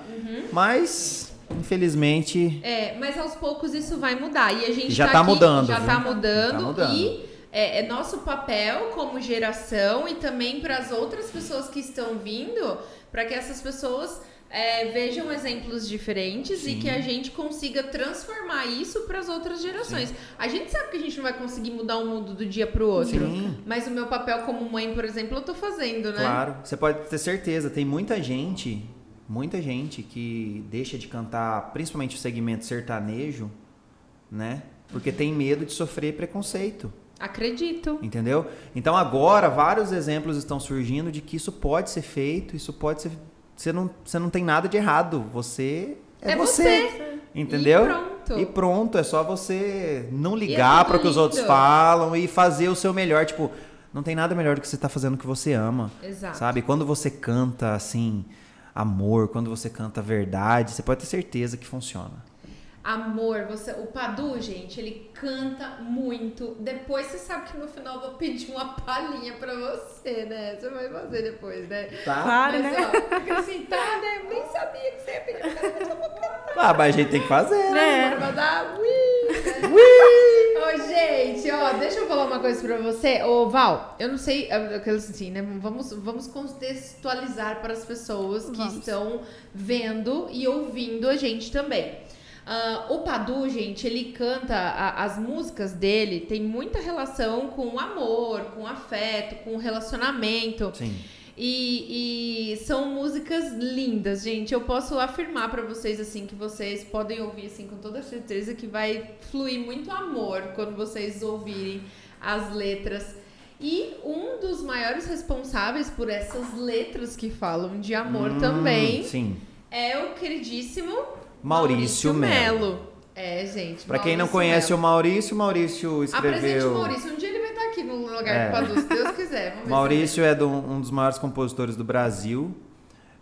[SPEAKER 3] Mas, infelizmente,
[SPEAKER 1] É, mas aos poucos isso vai mudar. E a gente
[SPEAKER 3] Já
[SPEAKER 1] tá,
[SPEAKER 3] tá
[SPEAKER 1] aqui,
[SPEAKER 3] mudando,
[SPEAKER 1] Já
[SPEAKER 3] viu?
[SPEAKER 1] tá mudando.
[SPEAKER 3] Tá mudando.
[SPEAKER 1] E é, é nosso papel como geração e também para as outras pessoas que estão vindo, para que essas pessoas é, vejam exemplos diferentes e
[SPEAKER 3] Sim.
[SPEAKER 1] que a gente consiga transformar isso para as outras gerações. A gente sabe que a gente não vai conseguir mudar o mundo do dia pro outro.
[SPEAKER 3] Sim.
[SPEAKER 1] Mas o meu papel como mãe, por exemplo, eu tô fazendo, né?
[SPEAKER 3] claro, você pode ter certeza, tem muita gente, muita gente que deixa de cantar, principalmente o segmento sertanejo, né? Porque tem medo de sofrer preconceito.
[SPEAKER 1] Acredito.
[SPEAKER 3] Entendeu? Então agora vários exemplos estão surgindo de que isso pode ser feito, isso pode ser. Você não, você não tem nada de errado. Você é,
[SPEAKER 1] É
[SPEAKER 3] você. Entendeu?
[SPEAKER 1] E pronto.
[SPEAKER 3] E pronto, é só você não
[SPEAKER 1] E é
[SPEAKER 3] ligar
[SPEAKER 1] tudo
[SPEAKER 3] para o que os outros
[SPEAKER 1] lindo.
[SPEAKER 3] falam e fazer o seu melhor. Tipo, não tem nada melhor do que você tá fazendo o que você ama.
[SPEAKER 1] Exato.
[SPEAKER 3] Sabe? Quando você canta assim, amor, quando você canta verdade, você pode ter certeza que funciona.
[SPEAKER 1] Amor, você, o Padu, gente, ele canta muito. Depois você sabe que no final eu vou pedir uma palhinha pra você, né? Você vai fazer depois, né?
[SPEAKER 3] Tá?
[SPEAKER 1] Mas,
[SPEAKER 2] Claro, né?
[SPEAKER 1] ó, fica assim, tá, né? Eu nem sabia que você ia pedir pra mim, eu vou cantar.
[SPEAKER 3] Ah, mas a gente tem que fazer, né?
[SPEAKER 2] É.
[SPEAKER 1] Agora vai dar ui, né? Ô, gente, ó, deixa eu falar uma coisa pra você. Ô, Val, eu não sei, eu- eu quero assim, né? Vamos, vamos contextualizar para as pessoas que
[SPEAKER 2] Vamos.
[SPEAKER 1] estão vendo e ouvindo a gente também. Ah, o Padu, gente, ele canta a- as músicas dele, tem muita relação com o amor, com o afeto, com o relacionamento.
[SPEAKER 3] Sim.
[SPEAKER 1] E, e são músicas lindas, gente. Eu posso afirmar pra vocês assim que vocês podem ouvir assim com toda certeza que vai fluir muito amor quando vocês ouvirem as letras. E um dos maiores responsáveis por essas letras que falam de amor
[SPEAKER 3] Hum,
[SPEAKER 1] também
[SPEAKER 3] Sim.
[SPEAKER 1] é o queridíssimo
[SPEAKER 3] Maurício Melo.
[SPEAKER 1] É, gente.
[SPEAKER 3] Pra quem não
[SPEAKER 1] Maurício
[SPEAKER 3] conhece
[SPEAKER 1] Melo.
[SPEAKER 3] o Maurício, Maurício
[SPEAKER 1] Apresente o
[SPEAKER 3] escreveu.
[SPEAKER 1] Maurício. Um dia ele vai estar aqui no lugar
[SPEAKER 3] É.
[SPEAKER 1] do Padu, se Deus quiser. Vamos ver se
[SPEAKER 3] Maurício é do- um dos maiores compositores do Brasil.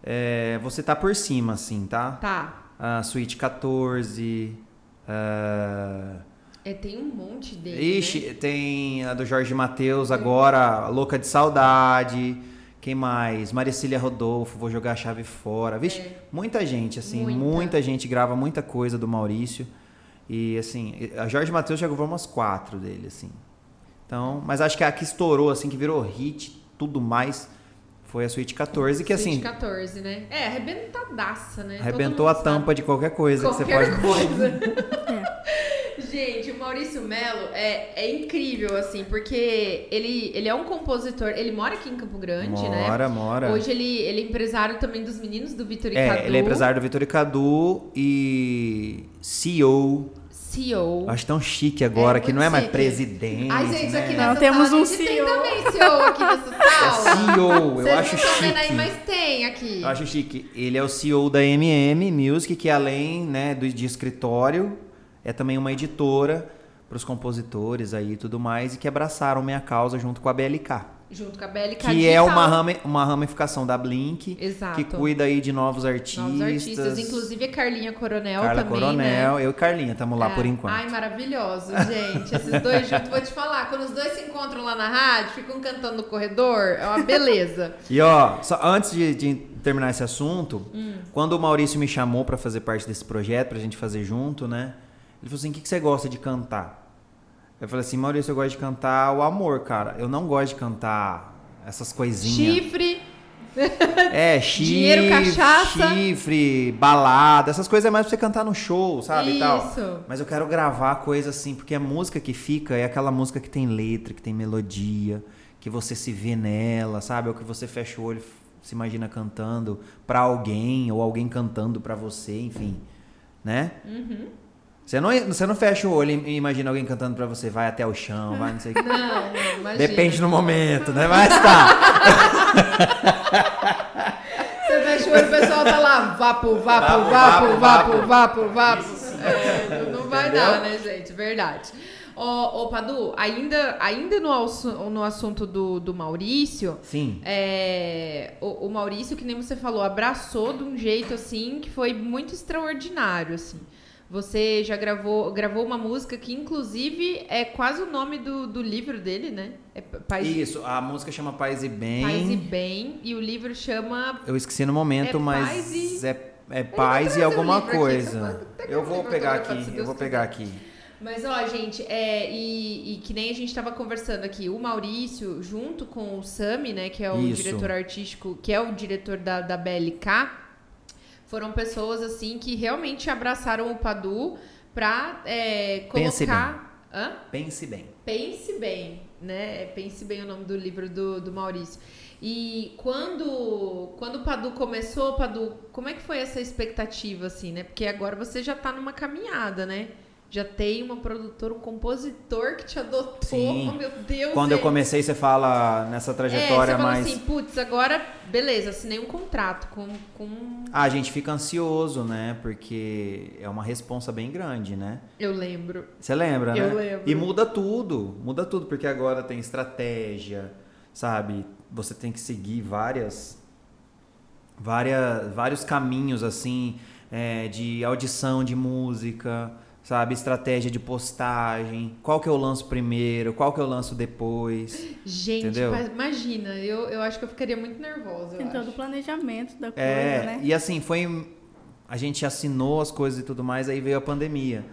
[SPEAKER 3] É, você tá por cima, assim, tá?
[SPEAKER 1] Tá.
[SPEAKER 3] A Suíte 14. ah,
[SPEAKER 1] É, tem um monte dele. né?
[SPEAKER 3] Ixi, tem a do Jorge Matheus agora, Louca de Saudade. Quem mais? Maricília Rodolfo, Vou Jogar a Chave Fora. Vixe, muita gente, assim,
[SPEAKER 1] É. Muita.
[SPEAKER 3] muita. gente grava muita coisa do Maurício. E, assim, a Jorge Matheus já gravou umas quatro dele, assim. Então, mas acho que a que estourou, assim, que virou hit, tudo mais, foi a Suíte 14, que, assim,
[SPEAKER 1] Suíte 14, né? É, arrebentadaça, né?
[SPEAKER 3] arrebentou a tampa de qualquer coisa que você
[SPEAKER 1] Qualquer
[SPEAKER 3] pode...
[SPEAKER 1] coisa.
[SPEAKER 2] É.
[SPEAKER 1] assim. Gente, o Maurício Melo é, é incrível, assim, porque ele, ele é um compositor, ele mora aqui em Campo Grande, né?
[SPEAKER 3] Mora, mora.
[SPEAKER 1] Hoje ele, ele é empresário também dos meninos do Vitor e Cadu.
[SPEAKER 3] é, ele é empresário do Vitor e Cadu e CEO.
[SPEAKER 1] CEO.
[SPEAKER 3] Eu acho tão chique agora,
[SPEAKER 1] É,
[SPEAKER 3] que não é mais
[SPEAKER 1] muito chique.
[SPEAKER 3] presidente.
[SPEAKER 1] Ai, gente,
[SPEAKER 3] né?
[SPEAKER 1] aqui é
[SPEAKER 2] Não,
[SPEAKER 1] nessa
[SPEAKER 2] temos
[SPEAKER 1] sala
[SPEAKER 2] um
[SPEAKER 1] a gente tem
[SPEAKER 2] CEO.
[SPEAKER 1] também CEO aqui nessa sala.
[SPEAKER 3] É CEO, eu
[SPEAKER 1] Vocês
[SPEAKER 3] acho
[SPEAKER 1] não estão vendo aí,
[SPEAKER 3] chique.
[SPEAKER 1] mas tem aqui.
[SPEAKER 3] Eu acho chique. Ele é o CEO da MM Music, que além né, do, de escritório, é também uma editora para os compositores aí e tudo mais, e que abraçaram minha causa junto com a BLK.
[SPEAKER 1] Junto com a Belly
[SPEAKER 3] Que é uma, rami- uma ramificação da Blink,
[SPEAKER 1] Exato.
[SPEAKER 3] que cuida aí de novos artistas.
[SPEAKER 1] Novos artistas, inclusive a Carlinha Coronel
[SPEAKER 3] Carla
[SPEAKER 1] também, né?
[SPEAKER 3] Coronel, eu e Carlinha, estamos lá
[SPEAKER 1] É.
[SPEAKER 3] por enquanto.
[SPEAKER 1] Ai, maravilhoso, gente. Esses dois juntos, vou te falar. Quando os dois se encontram lá na rádio, ficam cantando no corredor, é uma beleza.
[SPEAKER 3] E ó, só antes de, de terminar esse assunto, quando o Maurício me chamou pra fazer parte desse projeto, pra gente fazer junto, né? Ele falou assim: o que, que você gosta de cantar? Eu falei assim: Maurício, eu gosto de cantar o amor, cara. Eu não gosto de cantar essas coisinhas.
[SPEAKER 1] Chifre,
[SPEAKER 3] É, chifre,
[SPEAKER 1] Dinheiro, cachaça.
[SPEAKER 3] chifre, balada, essas coisas é mais pra você cantar no show, sabe? E tal.
[SPEAKER 1] Isso.
[SPEAKER 3] Mas eu quero gravar coisa assim, porque a música que fica é aquela música que tem letra, que tem melodia, que você se vê nela, sabe? É o que você fecha o olho, f- se imagina cantando pra alguém, ou alguém cantando pra você, enfim. Né?
[SPEAKER 1] Uhum.
[SPEAKER 3] Você, não, você não fecha o olho e imagina alguém cantando pra você, vai até o chão, vai não sei o que.
[SPEAKER 1] não, não, imagina.
[SPEAKER 3] Depende no momento, né? Mas tá.
[SPEAKER 1] Você fecha o olho, o pessoal tá lá, vapo, vapo,
[SPEAKER 3] Vapo,
[SPEAKER 1] vapo,
[SPEAKER 3] vapo,
[SPEAKER 1] vapo, vapo, vapo. É, não- não vai dar, né, gente? Verdade. Ô, ô Padu, ainda, ainda no, assu- no assunto do, do Maurício,
[SPEAKER 3] Sim.
[SPEAKER 1] é, o, o Maurício, que nem você falou, abraçou de um jeito assim que foi muito extraordinário, assim. Você já gravou, gravou uma música que, inclusive, é quase o nome do, do livro dele, né? É Pa- Paz,
[SPEAKER 3] Isso, a música chama Paz e Bem.
[SPEAKER 1] Paz e Bem. E o livro chama
[SPEAKER 3] Eu esqueci no momento,
[SPEAKER 1] É
[SPEAKER 3] mas
[SPEAKER 1] paz e-
[SPEAKER 3] é, é paz
[SPEAKER 1] trazer
[SPEAKER 3] e
[SPEAKER 1] o
[SPEAKER 3] alguma
[SPEAKER 1] livro aqui, eu
[SPEAKER 3] coisa.
[SPEAKER 1] vou pegar
[SPEAKER 3] eu
[SPEAKER 1] o
[SPEAKER 3] vou
[SPEAKER 1] livro
[SPEAKER 3] pegar
[SPEAKER 1] agora, se
[SPEAKER 3] aqui, eu
[SPEAKER 1] Deus
[SPEAKER 3] vou
[SPEAKER 1] quiser.
[SPEAKER 3] pegar aqui.
[SPEAKER 1] Mas ó, gente, é, e, e que nem a gente tava conversando aqui, o Maurício, junto com o Sami, né, que é o
[SPEAKER 3] Isso.
[SPEAKER 1] diretor artístico, que é o diretor da, da BLK, foram pessoas assim que realmente abraçaram o Padu pra é, colocar.
[SPEAKER 3] Pense
[SPEAKER 1] Hã?
[SPEAKER 3] Pense bem.
[SPEAKER 1] Pense Bem, né? É Pense Bem o nome do livro do, do Maurício. E quando, quando o Padu começou, Padu, como é que foi essa expectativa, assim, né? Porque agora você já tá numa caminhada, né? Já tem uma produtora, um compositor que te adotou.
[SPEAKER 3] Sim.
[SPEAKER 1] Oh, meu Deus!
[SPEAKER 3] Quando eu
[SPEAKER 1] gente.
[SPEAKER 3] comecei, você fala nessa
[SPEAKER 1] é,
[SPEAKER 3] trajetória
[SPEAKER 1] você fala
[SPEAKER 3] mais.
[SPEAKER 1] assim, putz, agora, beleza, assinei um contrato com... com...
[SPEAKER 3] Ah, a gente fica ansioso, né? Porque é uma responsa bem grande, né?
[SPEAKER 1] Eu lembro.
[SPEAKER 3] Você lembra, né?
[SPEAKER 1] Eu lembro.
[SPEAKER 3] E muda tudo, muda tudo, porque agora tem estratégia, sabe? Você tem que seguir várias, várias vários caminhos, assim, é, de audição de música, sabe? Estratégia de postagem, qual que eu lanço primeiro, qual que eu lanço depois.
[SPEAKER 1] Gente,
[SPEAKER 3] Entendeu?
[SPEAKER 1] mas imagina, eu, eu acho que eu ficaria muito nervosa, eu
[SPEAKER 2] Tem todo o
[SPEAKER 1] acho.
[SPEAKER 2] planejamento da coisa,
[SPEAKER 3] É,
[SPEAKER 2] né?
[SPEAKER 3] e assim, foi. A gente assinou as coisas e tudo mais, aí veio a pandemia.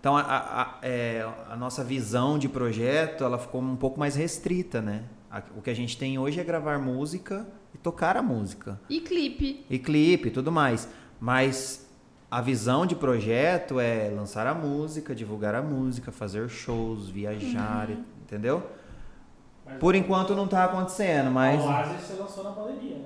[SPEAKER 3] Então a, a- a- é, a nossa visão de projeto ela ficou um pouco mais restrita, né? A- o que a gente tem hoje é gravar música e tocar a música.
[SPEAKER 1] E clipe.
[SPEAKER 3] E clipe e tudo mais. Mas a visão de projeto é lançar a música, divulgar a música, fazer shows, viajar, e- entendeu?
[SPEAKER 5] Mas-
[SPEAKER 3] Por enquanto não tá acontecendo, mas.
[SPEAKER 5] A Oasis você lançou na pandemia, né?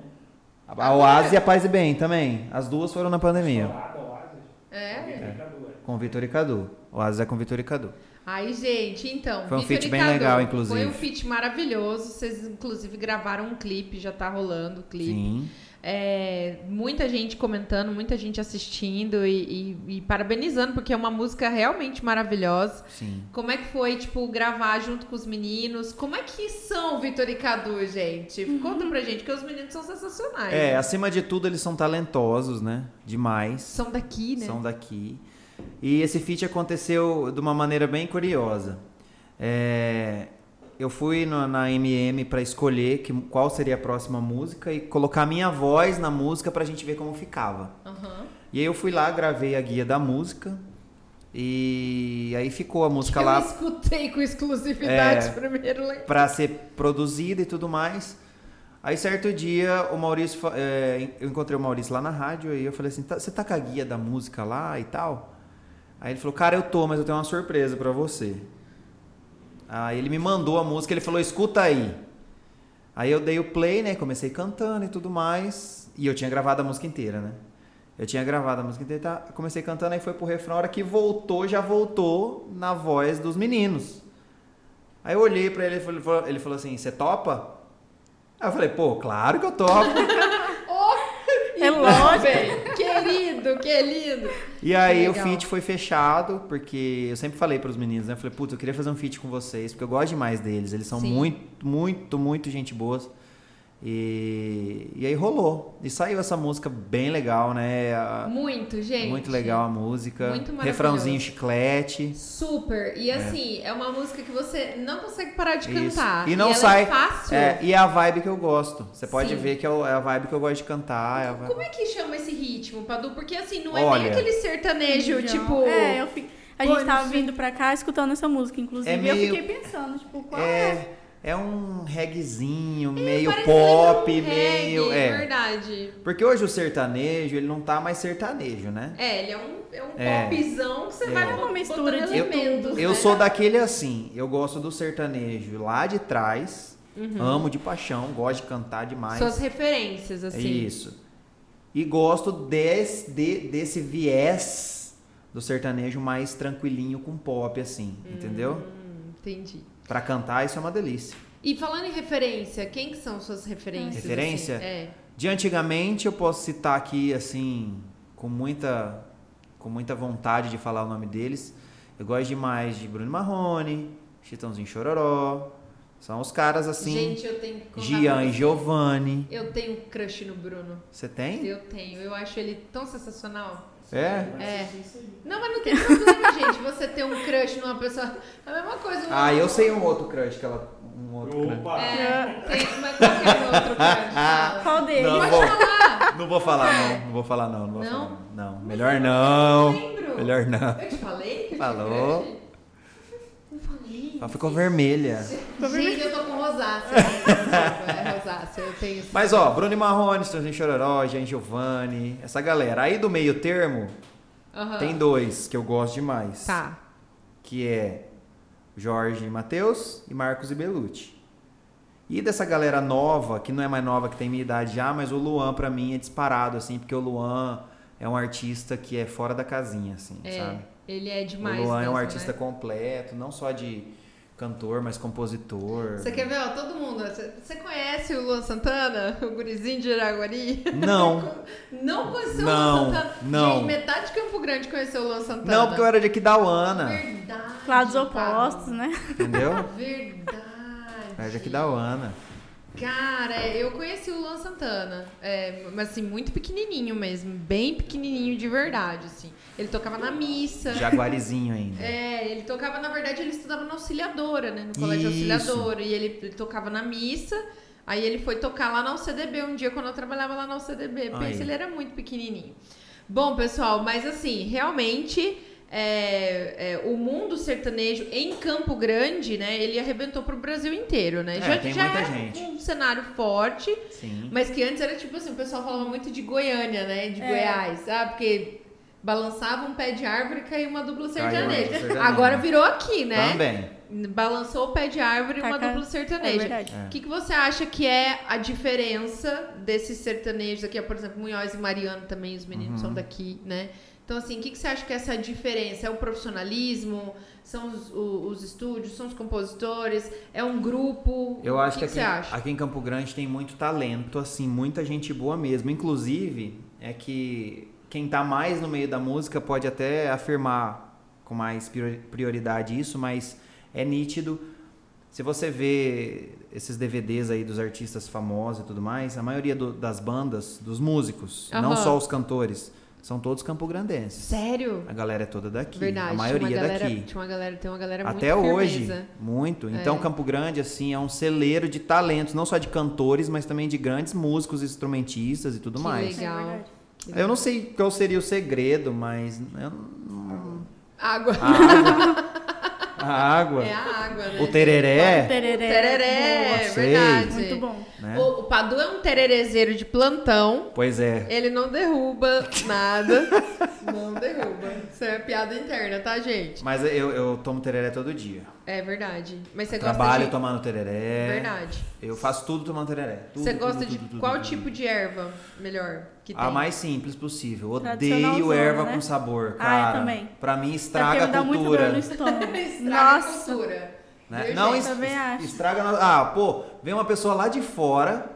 [SPEAKER 3] A Oasis e a Paz e Bem também. As duas foram na pandemia.
[SPEAKER 5] Estourada, Oasis.
[SPEAKER 1] É,
[SPEAKER 5] Alguém fica doido.
[SPEAKER 3] Com Vitor e Cadu. O Asas é com Vitor e Cadu.
[SPEAKER 1] Ai, gente, então.
[SPEAKER 3] Foi um
[SPEAKER 1] Vitor
[SPEAKER 3] feat
[SPEAKER 1] e
[SPEAKER 3] bem
[SPEAKER 1] Cadu,
[SPEAKER 3] legal, inclusive.
[SPEAKER 1] Foi um feat maravilhoso. Vocês, inclusive, gravaram um clipe, já tá rolando o clipe.
[SPEAKER 3] Sim.
[SPEAKER 1] É, muita gente comentando, muita gente assistindo e, e- e parabenizando, porque é uma música realmente maravilhosa.
[SPEAKER 3] Sim.
[SPEAKER 1] Como é que foi, tipo, gravar junto com os meninos? Como é que são o Vitor e Cadu, gente? Conta pra gente, porque os meninos são sensacionais.
[SPEAKER 3] É,
[SPEAKER 1] né?
[SPEAKER 3] acima de tudo, eles são talentosos, né? Demais.
[SPEAKER 1] São daqui, né?
[SPEAKER 3] São daqui. E esse feat aconteceu de uma maneira bem curiosa. É, eu fui no- na MM pra escolher que- qual seria a próxima música e colocar minha voz na música pra gente ver como ficava.
[SPEAKER 1] Aham.
[SPEAKER 3] E aí eu fui lá, gravei a guia da música. E aí ficou a música
[SPEAKER 1] Eu
[SPEAKER 3] lá.
[SPEAKER 1] escutei com exclusividade
[SPEAKER 3] É.
[SPEAKER 1] primeiro lá.
[SPEAKER 3] Pra ser produzida e tudo mais. Aí certo dia o Maurício, fa- é, eu encontrei o Maurício lá na rádio e eu falei assim, "Tá- você tá com a guia da música lá e tal? Aí ele falou, cara, eu tô, mas eu tenho uma surpresa pra você. Aí ele me mandou a música, ele falou, escuta aí. Aí eu dei o play, né? Comecei cantando e tudo mais. E eu tinha gravado a música inteira, né? Eu tinha gravado a música inteira, tá? comecei cantando, aí foi pro refrão, a hora que voltou, já voltou na voz dos meninos. Aí eu olhei pra ele, ele falou, ele falou assim, você topa? Aí eu falei, pô, claro que eu topo.
[SPEAKER 2] É lógico.
[SPEAKER 1] Querido, que lindo.
[SPEAKER 3] E aí o
[SPEAKER 1] Legal.
[SPEAKER 3] feat foi fechado, porque eu sempre falei pros meninos, né? Eu falei, putz, eu queria fazer um feat com vocês, porque eu gosto demais deles. Eles são
[SPEAKER 1] Sim.
[SPEAKER 3] muito, muito, muito gente boas. E, e aí rolou. E saiu essa música bem legal, né? A-
[SPEAKER 1] Muito, gente.
[SPEAKER 3] Muito legal a música.
[SPEAKER 1] Muito maravilhoso.
[SPEAKER 3] Refrãozinho chiclete.
[SPEAKER 1] Super. E assim, é. uma música que você não consegue parar de
[SPEAKER 3] Isso.
[SPEAKER 1] cantar.
[SPEAKER 3] E não
[SPEAKER 1] ela
[SPEAKER 3] sai.
[SPEAKER 1] É fácil.
[SPEAKER 3] É, e é a vibe que eu gosto. Você pode
[SPEAKER 1] Sim.
[SPEAKER 3] ver que é o- é a vibe que eu gosto de cantar. é a vibe-
[SPEAKER 1] Como é que chama esse ritmo, Padu? Porque assim, não é nem
[SPEAKER 3] Olha.
[SPEAKER 1] aquele sertanejo, tipo.
[SPEAKER 2] É, eu fiquei. A
[SPEAKER 1] Pô,
[SPEAKER 2] gente tava
[SPEAKER 1] não sei.
[SPEAKER 2] vindo pra cá escutando essa música, inclusive.
[SPEAKER 3] É
[SPEAKER 2] e eu
[SPEAKER 3] meio-
[SPEAKER 2] fiquei pensando, tipo, qual é?
[SPEAKER 3] É, é um reggaezinho, meio
[SPEAKER 1] É, Parece
[SPEAKER 3] pop,
[SPEAKER 1] lembra um
[SPEAKER 3] meio.
[SPEAKER 1] reggae,
[SPEAKER 3] é.
[SPEAKER 1] verdade.
[SPEAKER 3] Porque hoje o sertanejo, ele não tá mais sertanejo, né?
[SPEAKER 1] É, ele é um, é um
[SPEAKER 3] É.
[SPEAKER 1] popzão que você
[SPEAKER 3] É.
[SPEAKER 1] vai
[SPEAKER 3] É
[SPEAKER 2] uma
[SPEAKER 1] botando
[SPEAKER 2] mistura de
[SPEAKER 1] elementos,
[SPEAKER 3] Eu
[SPEAKER 1] né?
[SPEAKER 3] sou daquele assim, eu gosto do sertanejo lá de trás,
[SPEAKER 1] Uhum.
[SPEAKER 3] amo de paixão, gosto de cantar demais.
[SPEAKER 1] Suas referências,
[SPEAKER 3] É
[SPEAKER 1] assim.
[SPEAKER 3] Isso. E gosto des- de- desse viés do sertanejo mais tranquilinho com pop, assim, entendeu?
[SPEAKER 1] Hum, entendi.
[SPEAKER 3] Pra cantar, isso é uma delícia.
[SPEAKER 1] E falando em referência, quem que são suas referências?
[SPEAKER 3] Referência?
[SPEAKER 1] assim? É.
[SPEAKER 3] De antigamente, eu posso citar aqui, assim, com muita, com muita vontade de falar o nome deles. Eu gosto demais de Bruno Marrone, Chitãozinho Chororó. São os caras, assim,
[SPEAKER 1] Gente, eu tenho que contar pra
[SPEAKER 3] Gian e
[SPEAKER 1] vocês.
[SPEAKER 3] Giovanni.
[SPEAKER 1] Eu tenho crush no Bruno.
[SPEAKER 3] Você tem?
[SPEAKER 1] Eu tenho. Eu acho ele tão sensacional.
[SPEAKER 3] É?
[SPEAKER 1] É.
[SPEAKER 5] Isso aí.
[SPEAKER 1] Não, mas não tem problema, gente. Você ter um crush numa pessoa. É a mesma coisa.
[SPEAKER 3] Ah, eu sei um outro crush que ela... Um outro crush.
[SPEAKER 5] Opa!
[SPEAKER 1] É, tem, mas qual que é o outro crush? Fala.
[SPEAKER 2] é? Qual deles?
[SPEAKER 3] Não vou, não vou falar não, não vou falar não, não vou
[SPEAKER 1] Não?
[SPEAKER 3] falar não. Não, melhor não.
[SPEAKER 1] lembro.
[SPEAKER 3] Melhor não.
[SPEAKER 1] Eu te falei que eu
[SPEAKER 3] Falou.
[SPEAKER 1] tinha crush? Não falei.
[SPEAKER 3] Ela ficou vermelha.
[SPEAKER 1] Gente, eu tô com rosácea. Desculpa, é rosácea. Eu tenho. esse-
[SPEAKER 3] Mas ó, Bruno e Marrone, Stronzinho Chororó, Jean Giovanni, essa galera. Aí do meio termo,
[SPEAKER 1] Aham.
[SPEAKER 3] tem dois que eu gosto demais.
[SPEAKER 1] Tá.
[SPEAKER 3] Que é Jorge e Matheus e Marcos e Belucci. E dessa galera nova, que não é mais nova, que tem minha idade já, mas o Luan pra mim é disparado, assim, porque o Luan é um artista que é fora da casinha, assim,
[SPEAKER 1] É,
[SPEAKER 3] sabe?
[SPEAKER 1] ele é demais.
[SPEAKER 3] o Luan é
[SPEAKER 1] mesmo,
[SPEAKER 3] um
[SPEAKER 1] né?
[SPEAKER 3] artista completo, não só de cantor, mas compositor.
[SPEAKER 1] Você quer ver, ó, todo mundo. Você você conhece o Luan Santana? O gurizinho de Iraguari?
[SPEAKER 3] Não.
[SPEAKER 1] Não conheceu o
[SPEAKER 3] Não,
[SPEAKER 1] Luan Santana?
[SPEAKER 3] não.
[SPEAKER 1] Gente, metade de Campo Grande conheceu o Luan Santana.
[SPEAKER 3] Não, porque é eu era de Aquidauana,
[SPEAKER 1] Verdade.
[SPEAKER 2] Lados
[SPEAKER 1] Paulo.
[SPEAKER 2] opostos, né?
[SPEAKER 3] entendeu?
[SPEAKER 1] Verdade.
[SPEAKER 3] Eu era de Aquidauana.
[SPEAKER 1] Cara, é, eu conheci o Luan Santana, é, mas assim, muito pequenininho mesmo, bem pequenininho de verdade, assim. Ele tocava na missa.
[SPEAKER 3] Jaguarizinho ainda.
[SPEAKER 1] Tá. É, ele tocava, na verdade, ele estudava na auxiliadora, né? No colégio
[SPEAKER 3] Isso.
[SPEAKER 1] auxiliadora. E ele, ele tocava na missa. Aí ele foi tocar lá na UCDB um dia quando eu trabalhava lá na UCDB. Pensa,
[SPEAKER 3] Aí.
[SPEAKER 1] ele era muito pequenininho. Bom, pessoal, mas assim, realmente é, é, o mundo sertanejo em Campo Grande, né? Ele arrebentou pro Brasil inteiro, né?
[SPEAKER 3] É, tem muita
[SPEAKER 1] era
[SPEAKER 3] gente.
[SPEAKER 1] um cenário forte,
[SPEAKER 3] Sim.
[SPEAKER 1] mas que antes era tipo assim, o pessoal falava muito de Goiânia, né? De
[SPEAKER 2] É.
[SPEAKER 1] Goiás. Ah, porque balançava um pé de árvore e caiu uma dupla
[SPEAKER 3] Caiu uma
[SPEAKER 1] sertaneja.
[SPEAKER 3] dupla sertaneja.
[SPEAKER 1] Agora virou aqui, né?
[SPEAKER 3] Também.
[SPEAKER 1] Balançou o pé de árvore e uma
[SPEAKER 2] Taca-
[SPEAKER 1] dupla
[SPEAKER 2] É
[SPEAKER 1] sertaneja.
[SPEAKER 2] verdade.
[SPEAKER 1] o que, que você acha que é a diferença desses sertanejos aqui? Por exemplo, Munhoz e Mariano também, os meninos
[SPEAKER 3] Uhum.
[SPEAKER 1] são daqui, né? Então, assim, o que, que você acha que é essa diferença? É o profissionalismo? São os, o- os estúdios? São os compositores? É um grupo?
[SPEAKER 3] Eu
[SPEAKER 1] o
[SPEAKER 3] acho
[SPEAKER 1] que,
[SPEAKER 3] que, aqui,
[SPEAKER 1] você acha?
[SPEAKER 3] aqui em Campo Grande tem muito talento, assim, muita gente boa mesmo. Inclusive, é que quem tá mais no meio da música pode até afirmar com mais prior- prioridade isso, mas é nítido. Se você vê esses DVDs aí dos artistas famosos e tudo mais, a maioria do- das bandas, dos músicos,
[SPEAKER 1] Aham.
[SPEAKER 3] não só os cantores, são todos campograndenses.
[SPEAKER 1] Sério?
[SPEAKER 3] A galera é toda daqui,
[SPEAKER 1] Verdade.
[SPEAKER 3] a maioria é
[SPEAKER 1] tinha uma galera,
[SPEAKER 3] daqui.
[SPEAKER 1] Tinha uma galera, tem uma galera
[SPEAKER 3] Até
[SPEAKER 1] muito
[SPEAKER 3] hoje,
[SPEAKER 1] É firmeza. É.
[SPEAKER 3] muito. Então, Campo Grande, assim, é um celeiro de talentos, não só de cantores, mas também de grandes músicos, instrumentistas e tudo
[SPEAKER 1] Que
[SPEAKER 3] mais.
[SPEAKER 1] legal.
[SPEAKER 2] É verdade.
[SPEAKER 3] Eu não sei qual seria o segredo, mas. eu não-
[SPEAKER 1] Água.
[SPEAKER 3] A água. a água
[SPEAKER 1] É a água, né?
[SPEAKER 3] o tereré.
[SPEAKER 2] Tereré.
[SPEAKER 1] Tereré,
[SPEAKER 3] Boa.
[SPEAKER 1] verdade.
[SPEAKER 2] boa. Muito bom.
[SPEAKER 3] Né?
[SPEAKER 1] O, o Padu é um tererezeiro de plantão.
[SPEAKER 3] Pois é.
[SPEAKER 1] Ele não derruba nada. não derruba. Isso é piada interna, tá, gente?
[SPEAKER 3] Mas eu, eu tomo tereré todo dia.
[SPEAKER 1] É verdade. Mas você
[SPEAKER 3] Trabalho
[SPEAKER 1] gosta de...
[SPEAKER 3] tomando tereré.
[SPEAKER 1] Verdade.
[SPEAKER 3] Eu faço tudo tomando tereré. Tudo,
[SPEAKER 1] você
[SPEAKER 3] tudo,
[SPEAKER 1] gosta
[SPEAKER 3] tudo,
[SPEAKER 1] de
[SPEAKER 3] tudo,
[SPEAKER 1] qual
[SPEAKER 3] tudo,
[SPEAKER 1] tipo
[SPEAKER 3] tudo.
[SPEAKER 1] de erva melhor que tem?
[SPEAKER 3] A mais simples possível. Odeio
[SPEAKER 2] Tradicionalzona,
[SPEAKER 3] erva
[SPEAKER 2] né?
[SPEAKER 3] com sabor,
[SPEAKER 2] Ah,
[SPEAKER 3] cara.
[SPEAKER 2] eu também.
[SPEAKER 3] Pra mim
[SPEAKER 2] porque
[SPEAKER 3] estraga
[SPEAKER 2] me
[SPEAKER 3] a
[SPEAKER 2] dá muito
[SPEAKER 3] cultura.
[SPEAKER 2] dor no estômago.
[SPEAKER 1] Estraga a
[SPEAKER 2] Nossa.
[SPEAKER 1] cultura.
[SPEAKER 3] né?
[SPEAKER 1] Viu,
[SPEAKER 3] Não
[SPEAKER 1] gente?
[SPEAKER 2] es- também acho.
[SPEAKER 3] estraga. no- Ah, pô, vem uma pessoa lá de fora,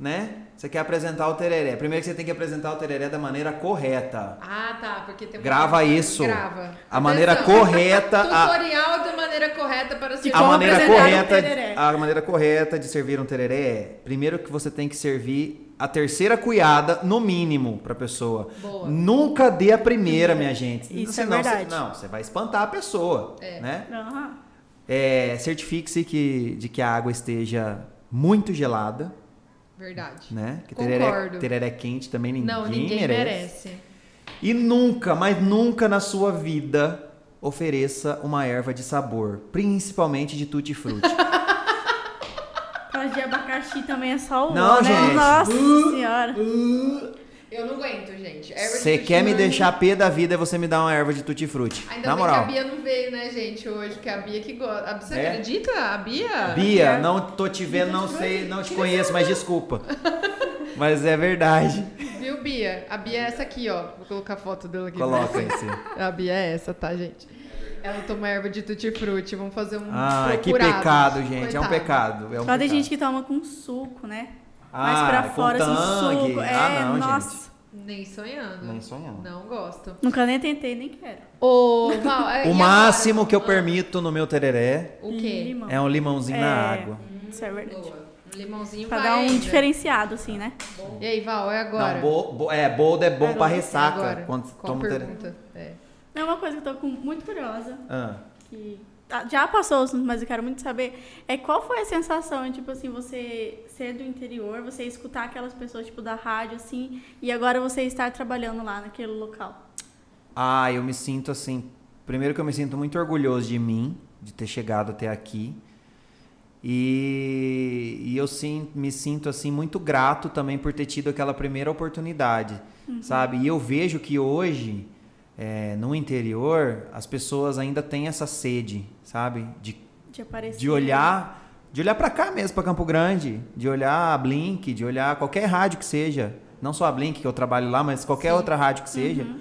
[SPEAKER 3] né? Você quer apresentar o tereré. Primeiro que você tem que apresentar o tereré da maneira correta.
[SPEAKER 1] Ah, tá, porque tem
[SPEAKER 3] Grava
[SPEAKER 1] muita-
[SPEAKER 3] isso.
[SPEAKER 1] Grava.
[SPEAKER 3] A maneira
[SPEAKER 1] Atenção.
[SPEAKER 3] correta, a-
[SPEAKER 1] Tutorial da maneira correta para se
[SPEAKER 2] E
[SPEAKER 3] A
[SPEAKER 2] como
[SPEAKER 3] maneira,
[SPEAKER 2] apresentar um
[SPEAKER 3] correta,
[SPEAKER 2] tereré.
[SPEAKER 3] a maneira correta de servir um tereré é, primeiro que você tem que servir a terceira cuiada, no mínimo, pra pessoa.
[SPEAKER 1] Boa.
[SPEAKER 3] Nunca dê a primeira, minha gente.
[SPEAKER 2] Isso é
[SPEAKER 3] Senão você-
[SPEAKER 2] verdade.
[SPEAKER 3] não, você vai espantar a pessoa,
[SPEAKER 1] É.
[SPEAKER 3] né?
[SPEAKER 2] Aham.
[SPEAKER 3] É, Certifique-se que, de que a água esteja muito gelada,
[SPEAKER 1] Verdade.
[SPEAKER 3] né? Que
[SPEAKER 1] Concordo.
[SPEAKER 3] tereré, tereré quente também ninguém,
[SPEAKER 1] Não, ninguém merece.
[SPEAKER 3] E nunca, mas nunca na sua vida ofereça uma erva de sabor, principalmente de tutti-frutti.
[SPEAKER 2] Aquela de abacaxi também é só o
[SPEAKER 3] Não,
[SPEAKER 2] né?
[SPEAKER 3] gente.
[SPEAKER 2] Nossa
[SPEAKER 3] Uh,
[SPEAKER 2] senhora.
[SPEAKER 1] Eu não aguento, gente. É Erva de
[SPEAKER 3] Você quer me
[SPEAKER 1] tutti-frutti.
[SPEAKER 3] deixar pé da vida e você me dá uma erva de tutti-frutti.
[SPEAKER 1] Ainda
[SPEAKER 3] Na
[SPEAKER 1] bem
[SPEAKER 3] moral.
[SPEAKER 1] que a Bia não veio, né, gente, hoje, que é a Bia que gosta. Ah, Você
[SPEAKER 3] É?
[SPEAKER 1] acredita? A Bia?
[SPEAKER 3] Bia, não tô te vendo, não sei, não te conheço, mas desculpa. Mas é verdade.
[SPEAKER 1] Viu, Bia? A Bia é essa aqui, ó. Vou colocar a foto dela aqui.
[SPEAKER 3] Coloca esse.
[SPEAKER 1] A Bia é essa, tá, gente? Ela toma erva de tutti-frutti. Vamos fazer um
[SPEAKER 3] Ai, que
[SPEAKER 1] procurado.
[SPEAKER 3] pecado, gente. É um
[SPEAKER 1] Coitado.
[SPEAKER 3] pecado. É um
[SPEAKER 2] Só tem
[SPEAKER 3] pecado.
[SPEAKER 2] gente que toma com suco, né?
[SPEAKER 3] ah,
[SPEAKER 2] Mais pra
[SPEAKER 3] com
[SPEAKER 2] fora, assim,
[SPEAKER 3] tangue.
[SPEAKER 2] suco. É,
[SPEAKER 3] ah, não,
[SPEAKER 2] nossa.
[SPEAKER 3] gente.
[SPEAKER 1] Nem sonhando.
[SPEAKER 3] Nem sonhando.
[SPEAKER 1] Não gosto.
[SPEAKER 2] Nunca nem tentei, nem quero.
[SPEAKER 1] Ô, Val, é- e agora?
[SPEAKER 3] O máximo que eu
[SPEAKER 1] Ah,
[SPEAKER 3] permito no meu tereré
[SPEAKER 1] O quê?
[SPEAKER 2] Limão.
[SPEAKER 3] é um limãozinho
[SPEAKER 2] É,
[SPEAKER 3] na água.
[SPEAKER 2] Isso é verdade.
[SPEAKER 1] Boa. Um limãozinho
[SPEAKER 2] Pra
[SPEAKER 1] vai
[SPEAKER 2] dar um
[SPEAKER 1] ainda.
[SPEAKER 2] diferenciado, assim, né?
[SPEAKER 1] E aí, Val, é agora.
[SPEAKER 3] Não, bo, bo- é, boldo é bom
[SPEAKER 2] Agora
[SPEAKER 3] pra
[SPEAKER 2] você,
[SPEAKER 3] ressaca.
[SPEAKER 1] Agora.
[SPEAKER 3] Quando
[SPEAKER 1] Qual
[SPEAKER 3] toma um o tereré.
[SPEAKER 1] pergunta? É.
[SPEAKER 2] É uma coisa que eu tô com- muito curiosa,
[SPEAKER 3] Ah.
[SPEAKER 2] que tá- já passou, mas eu quero muito saber, é qual foi a sensação, tipo assim, você ser do interior, você escutar aquelas pessoas, tipo, da rádio, assim, e agora você estar trabalhando lá naquele local.
[SPEAKER 3] Ah, eu me sinto assim. Primeiro que eu me sinto muito orgulhoso de mim, de ter chegado até aqui. E, e eu sim, me sinto assim muito grato também por ter tido aquela primeira oportunidade,
[SPEAKER 1] Uhum.
[SPEAKER 3] sabe? E eu vejo que hoje é, no interior as pessoas ainda têm essa sede, sabe? De,
[SPEAKER 2] De aparecer.
[SPEAKER 3] de olhar, de olhar para cá mesmo, para Campo Grande, de olhar a Blink, de olhar qualquer rádio que seja, não só a Blink que eu trabalho lá, mas qualquer outra rádio que seja
[SPEAKER 1] Uhum.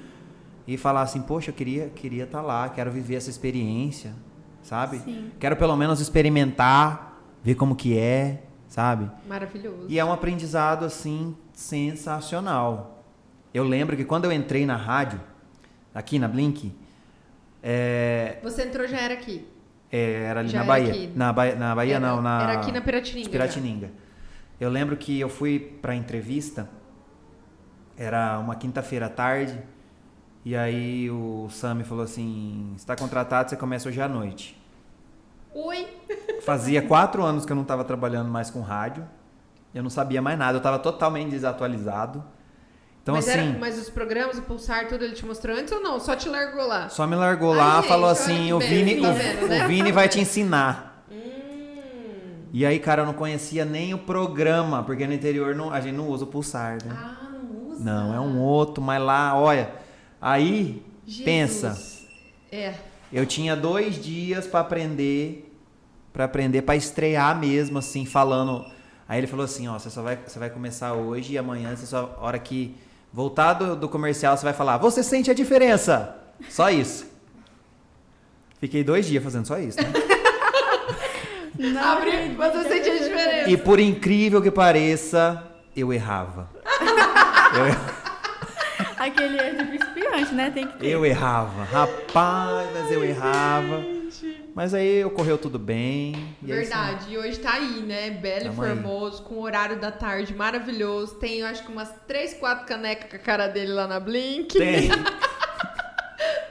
[SPEAKER 3] e falar assim, poxa, eu queria queria estar lá, quero viver essa experiência, sabe?
[SPEAKER 2] Sim.
[SPEAKER 3] Quero pelo menos experimentar, ver como que é, sabe?
[SPEAKER 1] Maravilhoso.
[SPEAKER 3] E é um aprendizado assim sensacional. Eu lembro que quando eu entrei na rádio, aqui na Blink, é,
[SPEAKER 1] Você entrou, já era aqui.
[SPEAKER 3] é, era ali
[SPEAKER 1] Já
[SPEAKER 3] na
[SPEAKER 1] era
[SPEAKER 3] Bahia.
[SPEAKER 1] aqui.
[SPEAKER 3] na Bahia, na Bahia
[SPEAKER 1] era,
[SPEAKER 3] não, na
[SPEAKER 1] Era aqui na Piratininga.
[SPEAKER 3] Piratininga. Eu lembro que eu fui pra entrevista, era uma quinta-feira à tarde, e aí o Sam me falou assim: está contratado, você começa hoje à noite.
[SPEAKER 1] já. Oi.
[SPEAKER 3] Fazia quatro anos que eu não estava trabalhando mais com rádio, eu não sabia mais nada, eu estava totalmente desatualizado. Então,
[SPEAKER 1] mas,
[SPEAKER 3] assim,
[SPEAKER 1] era, mas os programas, o pulsar, tudo, ele te mostrou antes ou não? Só te largou lá.
[SPEAKER 3] só me largou
[SPEAKER 1] Ai,
[SPEAKER 3] lá
[SPEAKER 1] gente,
[SPEAKER 3] falou
[SPEAKER 1] olha
[SPEAKER 3] assim:
[SPEAKER 1] que
[SPEAKER 3] o
[SPEAKER 1] bem,
[SPEAKER 3] Vini,
[SPEAKER 1] tá
[SPEAKER 3] o-
[SPEAKER 1] vendo, né?
[SPEAKER 3] o Vini vai te ensinar.
[SPEAKER 1] Hum.
[SPEAKER 3] E aí, cara, eu não conhecia nem o programa, porque no interior não- a gente não usa o pulsar, né?
[SPEAKER 1] Ah, não usa.
[SPEAKER 3] Não, é um outro, mas lá, olha. Aí,
[SPEAKER 1] Jesus.
[SPEAKER 3] pensa,
[SPEAKER 1] É.
[SPEAKER 3] eu tinha dois dias pra aprender, pra aprender, pra estrear mesmo, assim, falando. Aí ele falou assim, ó, você só vai, você vai começar hoje e amanhã, você só, hora que voltar do, do comercial, você vai falar, você sente a diferença. Só isso. Fiquei dois dias fazendo só isso. Né?
[SPEAKER 2] Não,
[SPEAKER 1] Abre,
[SPEAKER 2] acredito.
[SPEAKER 1] você sente a diferença.
[SPEAKER 3] E por incrível que pareça, eu errava. Eu errava.
[SPEAKER 2] Aquele é de principiante, né? Tem que ter.
[SPEAKER 3] Eu errava, rapaz, mas eu errava. Mas aí ocorreu tudo bem. e é isso aí.
[SPEAKER 1] Verdade, e hoje tá aí, né? Belo e
[SPEAKER 3] Tamo aí.
[SPEAKER 1] formoso, com o horário da tarde maravilhoso. Tem, eu acho que umas 3, 4 canecas com a cara dele lá na Blink.
[SPEAKER 3] Tem.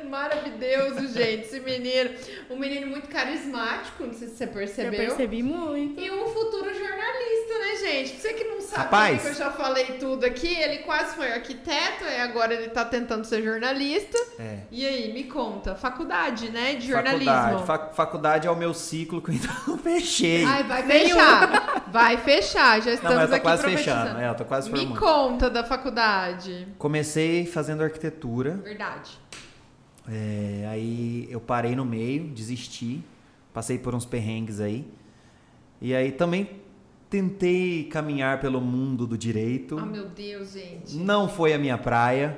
[SPEAKER 1] Maravilhoso, gente. Esse menino, um menino muito carismático, não sei se você
[SPEAKER 2] Eu
[SPEAKER 1] percebeu.
[SPEAKER 2] percebi muito.
[SPEAKER 1] E um futuro jornalista, né, gente? Você que não sabe
[SPEAKER 3] Rapaz.
[SPEAKER 1] que eu já falei tudo aqui, ele quase foi arquiteto, e agora ele tá tentando ser jornalista.
[SPEAKER 3] É.
[SPEAKER 1] E aí, me conta, faculdade, né, de
[SPEAKER 3] Faculdade.
[SPEAKER 1] jornalismo.
[SPEAKER 3] Fa- faculdade é o meu ciclo que eu ainda não fechei.
[SPEAKER 1] Ai, vai fechar. Vai fechar, já
[SPEAKER 3] não,
[SPEAKER 1] estamos
[SPEAKER 3] mas eu tô
[SPEAKER 1] aqui
[SPEAKER 3] quase
[SPEAKER 1] profetizando.
[SPEAKER 3] fechando. É, eu tô quase
[SPEAKER 1] Me
[SPEAKER 3] formando.
[SPEAKER 1] conta da faculdade.
[SPEAKER 3] Comecei fazendo arquitetura.
[SPEAKER 1] Verdade.
[SPEAKER 3] É, aí eu parei no meio, desisti, passei por uns perrengues aí. E aí também tentei caminhar pelo mundo do direito.
[SPEAKER 1] Ah, meu Deus, gente.
[SPEAKER 3] Não foi a minha praia.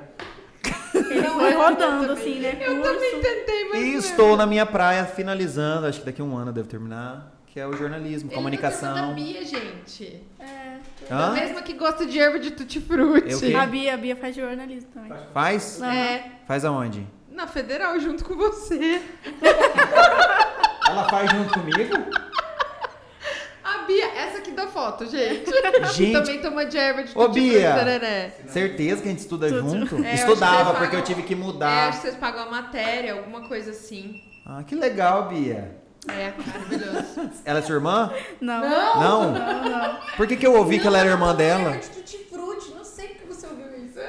[SPEAKER 2] Ele
[SPEAKER 1] Não, é
[SPEAKER 2] foi
[SPEAKER 1] eu
[SPEAKER 2] rodando,
[SPEAKER 1] também-
[SPEAKER 2] assim, né?
[SPEAKER 1] Eu
[SPEAKER 2] curso.
[SPEAKER 1] também tentei, mas. é.
[SPEAKER 3] E
[SPEAKER 1] não.
[SPEAKER 3] estou na minha praia finalizando, acho que daqui a um ano eu devo terminar, que é o
[SPEAKER 1] Ele
[SPEAKER 3] jornalismo,
[SPEAKER 1] tá
[SPEAKER 3] comunicação.
[SPEAKER 1] não tem nada a Bia, gente. A
[SPEAKER 3] Hã?
[SPEAKER 1] mesma que gosta de erva de tutti-frutti.
[SPEAKER 3] Eu quê?
[SPEAKER 2] A Bia, a Bia faz jornalismo também.
[SPEAKER 3] Faz?
[SPEAKER 1] É,
[SPEAKER 3] Faz aonde?
[SPEAKER 1] na federal, junto com você.
[SPEAKER 5] Ela faz junto comigo?
[SPEAKER 1] A Bia, essa aqui da foto, gente.
[SPEAKER 3] Gente.
[SPEAKER 1] Também toma de erva de
[SPEAKER 3] Ô,
[SPEAKER 1] tutti-frutti,
[SPEAKER 3] Bia.
[SPEAKER 1] tararé.
[SPEAKER 3] Certeza que a gente estuda
[SPEAKER 2] Tudo.
[SPEAKER 3] junto?
[SPEAKER 1] É, eu acho
[SPEAKER 3] Estudava,
[SPEAKER 1] que
[SPEAKER 3] porque eu
[SPEAKER 1] vocês
[SPEAKER 3] tive que
[SPEAKER 1] É, acho
[SPEAKER 3] mudar.
[SPEAKER 1] que vocês pagam a matéria, alguma coisa assim.
[SPEAKER 3] Ah, que legal, Bia.
[SPEAKER 1] É, maravilhoso.
[SPEAKER 3] Ela é sua irmã?
[SPEAKER 2] Não.
[SPEAKER 3] Não?
[SPEAKER 2] Não, não.
[SPEAKER 3] Por que, que eu ouvi que ela era irmã
[SPEAKER 1] Erva
[SPEAKER 2] é
[SPEAKER 3] dela?
[SPEAKER 1] de tutti-frutti, não sei porque você ouviu isso.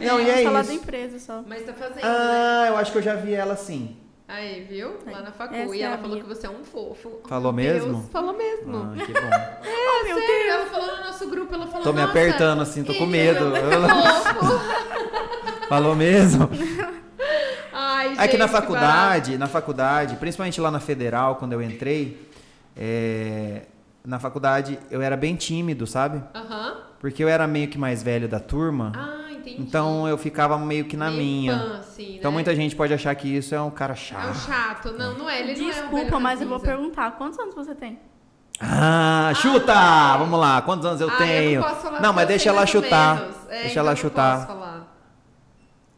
[SPEAKER 3] Não, e
[SPEAKER 2] Vamos
[SPEAKER 3] é
[SPEAKER 2] falar da
[SPEAKER 3] isso.
[SPEAKER 2] empresa só.
[SPEAKER 1] Mas tá fazendo, né?
[SPEAKER 3] Ah, eu acho que eu já vi ela sim.
[SPEAKER 1] Aí, viu? Lá na facu.
[SPEAKER 2] Essa
[SPEAKER 1] e
[SPEAKER 2] é
[SPEAKER 1] ela
[SPEAKER 2] a
[SPEAKER 1] falou
[SPEAKER 2] Bia.
[SPEAKER 1] que você é um fofo.
[SPEAKER 3] Falou
[SPEAKER 1] Meu Deus,
[SPEAKER 3] mesmo?
[SPEAKER 1] Falou mesmo. É
[SPEAKER 3] Ah, que bom.
[SPEAKER 2] Oh, meu
[SPEAKER 1] Sério,
[SPEAKER 2] Deus.
[SPEAKER 1] ela falou no nosso grupo, ela falou
[SPEAKER 3] Tô me
[SPEAKER 1] "Nossa,
[SPEAKER 3] apertando assim, tô com
[SPEAKER 1] ele
[SPEAKER 3] medo.
[SPEAKER 1] é muito fofo.
[SPEAKER 3] Falou mesmo?
[SPEAKER 1] Ai, gente,
[SPEAKER 3] É que na
[SPEAKER 1] que
[SPEAKER 3] faculdade, na faculdade, principalmente lá na federal, quando eu entrei, é, na faculdade eu era bem tímido, sabe?
[SPEAKER 1] barato. Aham.
[SPEAKER 3] Porque eu era meio que mais velho da turma,
[SPEAKER 1] Ah, entendi.
[SPEAKER 3] então eu ficava meio que na
[SPEAKER 1] Meio
[SPEAKER 3] minha.
[SPEAKER 1] pan, assim, né?
[SPEAKER 3] Então muita gente pode achar que isso é um cara
[SPEAKER 1] É um
[SPEAKER 3] chato.
[SPEAKER 1] chato. Não, não é. Ele não é um
[SPEAKER 2] Desculpa,
[SPEAKER 1] velho
[SPEAKER 2] mas eu vou
[SPEAKER 1] camisa.
[SPEAKER 2] perguntar. Quantos anos você tem?
[SPEAKER 3] Ah, chuta! Vamos lá, quantos anos eu
[SPEAKER 1] Ah,
[SPEAKER 3] tenho?
[SPEAKER 1] tá. Eu não, posso falar
[SPEAKER 3] Não,
[SPEAKER 1] porque
[SPEAKER 3] mas
[SPEAKER 1] eu
[SPEAKER 3] deixa
[SPEAKER 1] sei
[SPEAKER 3] ela
[SPEAKER 1] mais ou
[SPEAKER 3] chutar.
[SPEAKER 1] menos. É,
[SPEAKER 3] deixa
[SPEAKER 1] então
[SPEAKER 3] ela
[SPEAKER 1] eu Não,
[SPEAKER 3] chutar.
[SPEAKER 1] posso falar.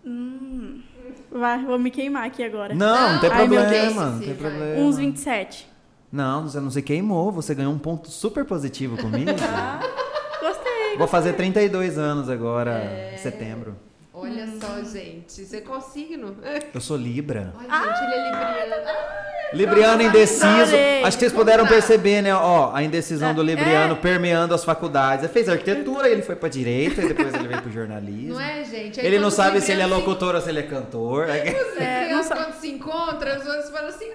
[SPEAKER 2] Hum. Vai, vou me queimar aqui agora.
[SPEAKER 3] Não, não tem
[SPEAKER 2] Ai, meu Deus.
[SPEAKER 3] problema, não
[SPEAKER 1] Sim,
[SPEAKER 3] tem
[SPEAKER 1] vai.
[SPEAKER 3] problema.
[SPEAKER 2] Uns 27.
[SPEAKER 3] Não, você não se queimou, você ganhou um ponto super positivo comigo.
[SPEAKER 2] Tá? Gostei.
[SPEAKER 3] Vou fazer 32 anos agora,
[SPEAKER 1] É.
[SPEAKER 3] em setembro.
[SPEAKER 1] Olha
[SPEAKER 2] Hum.
[SPEAKER 1] só, gente. Você consigno.
[SPEAKER 3] Eu sou Libra.
[SPEAKER 1] Ai, gente, ele é libriano. Ai,
[SPEAKER 3] Libriano
[SPEAKER 1] Nossa,
[SPEAKER 3] indeciso.
[SPEAKER 2] adorei.
[SPEAKER 3] Acho que vocês puderam
[SPEAKER 1] Vamos lá.
[SPEAKER 3] perceber, né? Ó, a indecisão
[SPEAKER 2] É,
[SPEAKER 3] do Libriano
[SPEAKER 2] é.
[SPEAKER 3] permeando as faculdades. Ele fez arquitetura, ele foi pra direita, e depois ele veio pro jornalismo.
[SPEAKER 1] não é, gente? Aí
[SPEAKER 3] Ele não
[SPEAKER 1] quando
[SPEAKER 3] sabe
[SPEAKER 1] os
[SPEAKER 3] se ele é
[SPEAKER 1] librianos se-
[SPEAKER 3] locutor ou se ele é cantor.
[SPEAKER 1] Os
[SPEAKER 2] É,
[SPEAKER 1] librianos,
[SPEAKER 2] não sabe.
[SPEAKER 1] quando se encontram, os outros falam assim...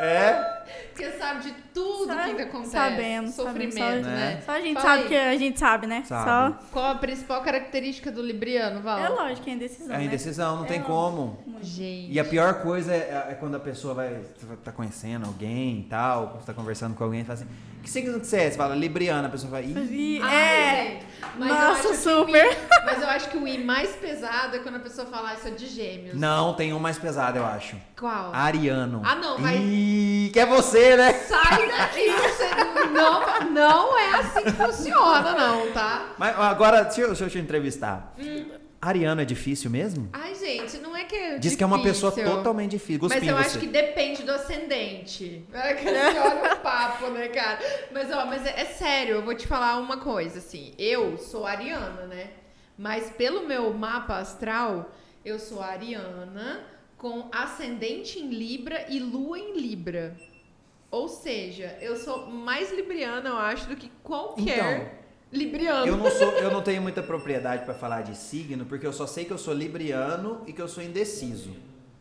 [SPEAKER 3] É?
[SPEAKER 1] Porque sabe de tudo
[SPEAKER 2] Sabe-
[SPEAKER 1] que acontece.
[SPEAKER 2] sabemos,
[SPEAKER 1] Sofrimento,
[SPEAKER 2] sabemos,
[SPEAKER 3] só-
[SPEAKER 1] né?
[SPEAKER 2] Só a gente
[SPEAKER 1] Fala
[SPEAKER 2] sabe
[SPEAKER 1] aí.
[SPEAKER 2] que a gente sabe, né?
[SPEAKER 3] Sabe.
[SPEAKER 2] Só.
[SPEAKER 1] Qual a principal característica do Libriano, Val?
[SPEAKER 2] É lógico, é indecisão.
[SPEAKER 3] É a
[SPEAKER 2] né?
[SPEAKER 3] indecisão, não
[SPEAKER 2] É
[SPEAKER 3] tem
[SPEAKER 2] óbvio.
[SPEAKER 3] como.
[SPEAKER 1] Gente.
[SPEAKER 3] E a pior coisa é, é quando a pessoa vai tá conhecendo alguém e tal, você tá conversando com alguém e fala assim, que signo que você é? Você fala Libriana, a pessoa fala, Ih,
[SPEAKER 2] E-
[SPEAKER 1] Ai,
[SPEAKER 2] é.
[SPEAKER 1] gente, Ah, mas eu
[SPEAKER 2] Nossa,
[SPEAKER 1] acho que o
[SPEAKER 2] super.
[SPEAKER 1] I- mas eu acho que o I mais pesado é quando a pessoa fala isso é de gêmeos.
[SPEAKER 3] não, tem um mais pesado, eu acho.
[SPEAKER 1] Qual?
[SPEAKER 3] Ariano.
[SPEAKER 1] Ah, não, vai-
[SPEAKER 3] Ih, que é você, né?
[SPEAKER 1] Sai daqui! Você não, não é assim que funciona, não, tá?
[SPEAKER 3] Mas agora, deixa eu, deixa eu te entrevistar. Ariano é difícil mesmo?
[SPEAKER 1] Ai, gente, não é que Hum. é
[SPEAKER 3] Diz que é uma pessoa
[SPEAKER 1] difícil.
[SPEAKER 3] totalmente difícil.
[SPEAKER 1] Mas
[SPEAKER 3] Guspi
[SPEAKER 1] eu
[SPEAKER 3] em
[SPEAKER 1] acho
[SPEAKER 3] você.
[SPEAKER 1] que depende do ascendente. É que você olha o papo, né, cara? Mas, ó, mas é, é sério, eu vou te falar uma coisa, assim. Eu sou ariana, né? Mas pelo meu mapa astral, eu sou ariana com ascendente em Libra e lua em Libra. Ou seja, eu sou mais libriana, eu acho, do que qualquer um. libriano.
[SPEAKER 3] Então, Eu não, sou, eu não tenho muita propriedade pra falar de signo, porque eu só sei que eu sou libriano e que eu sou indeciso.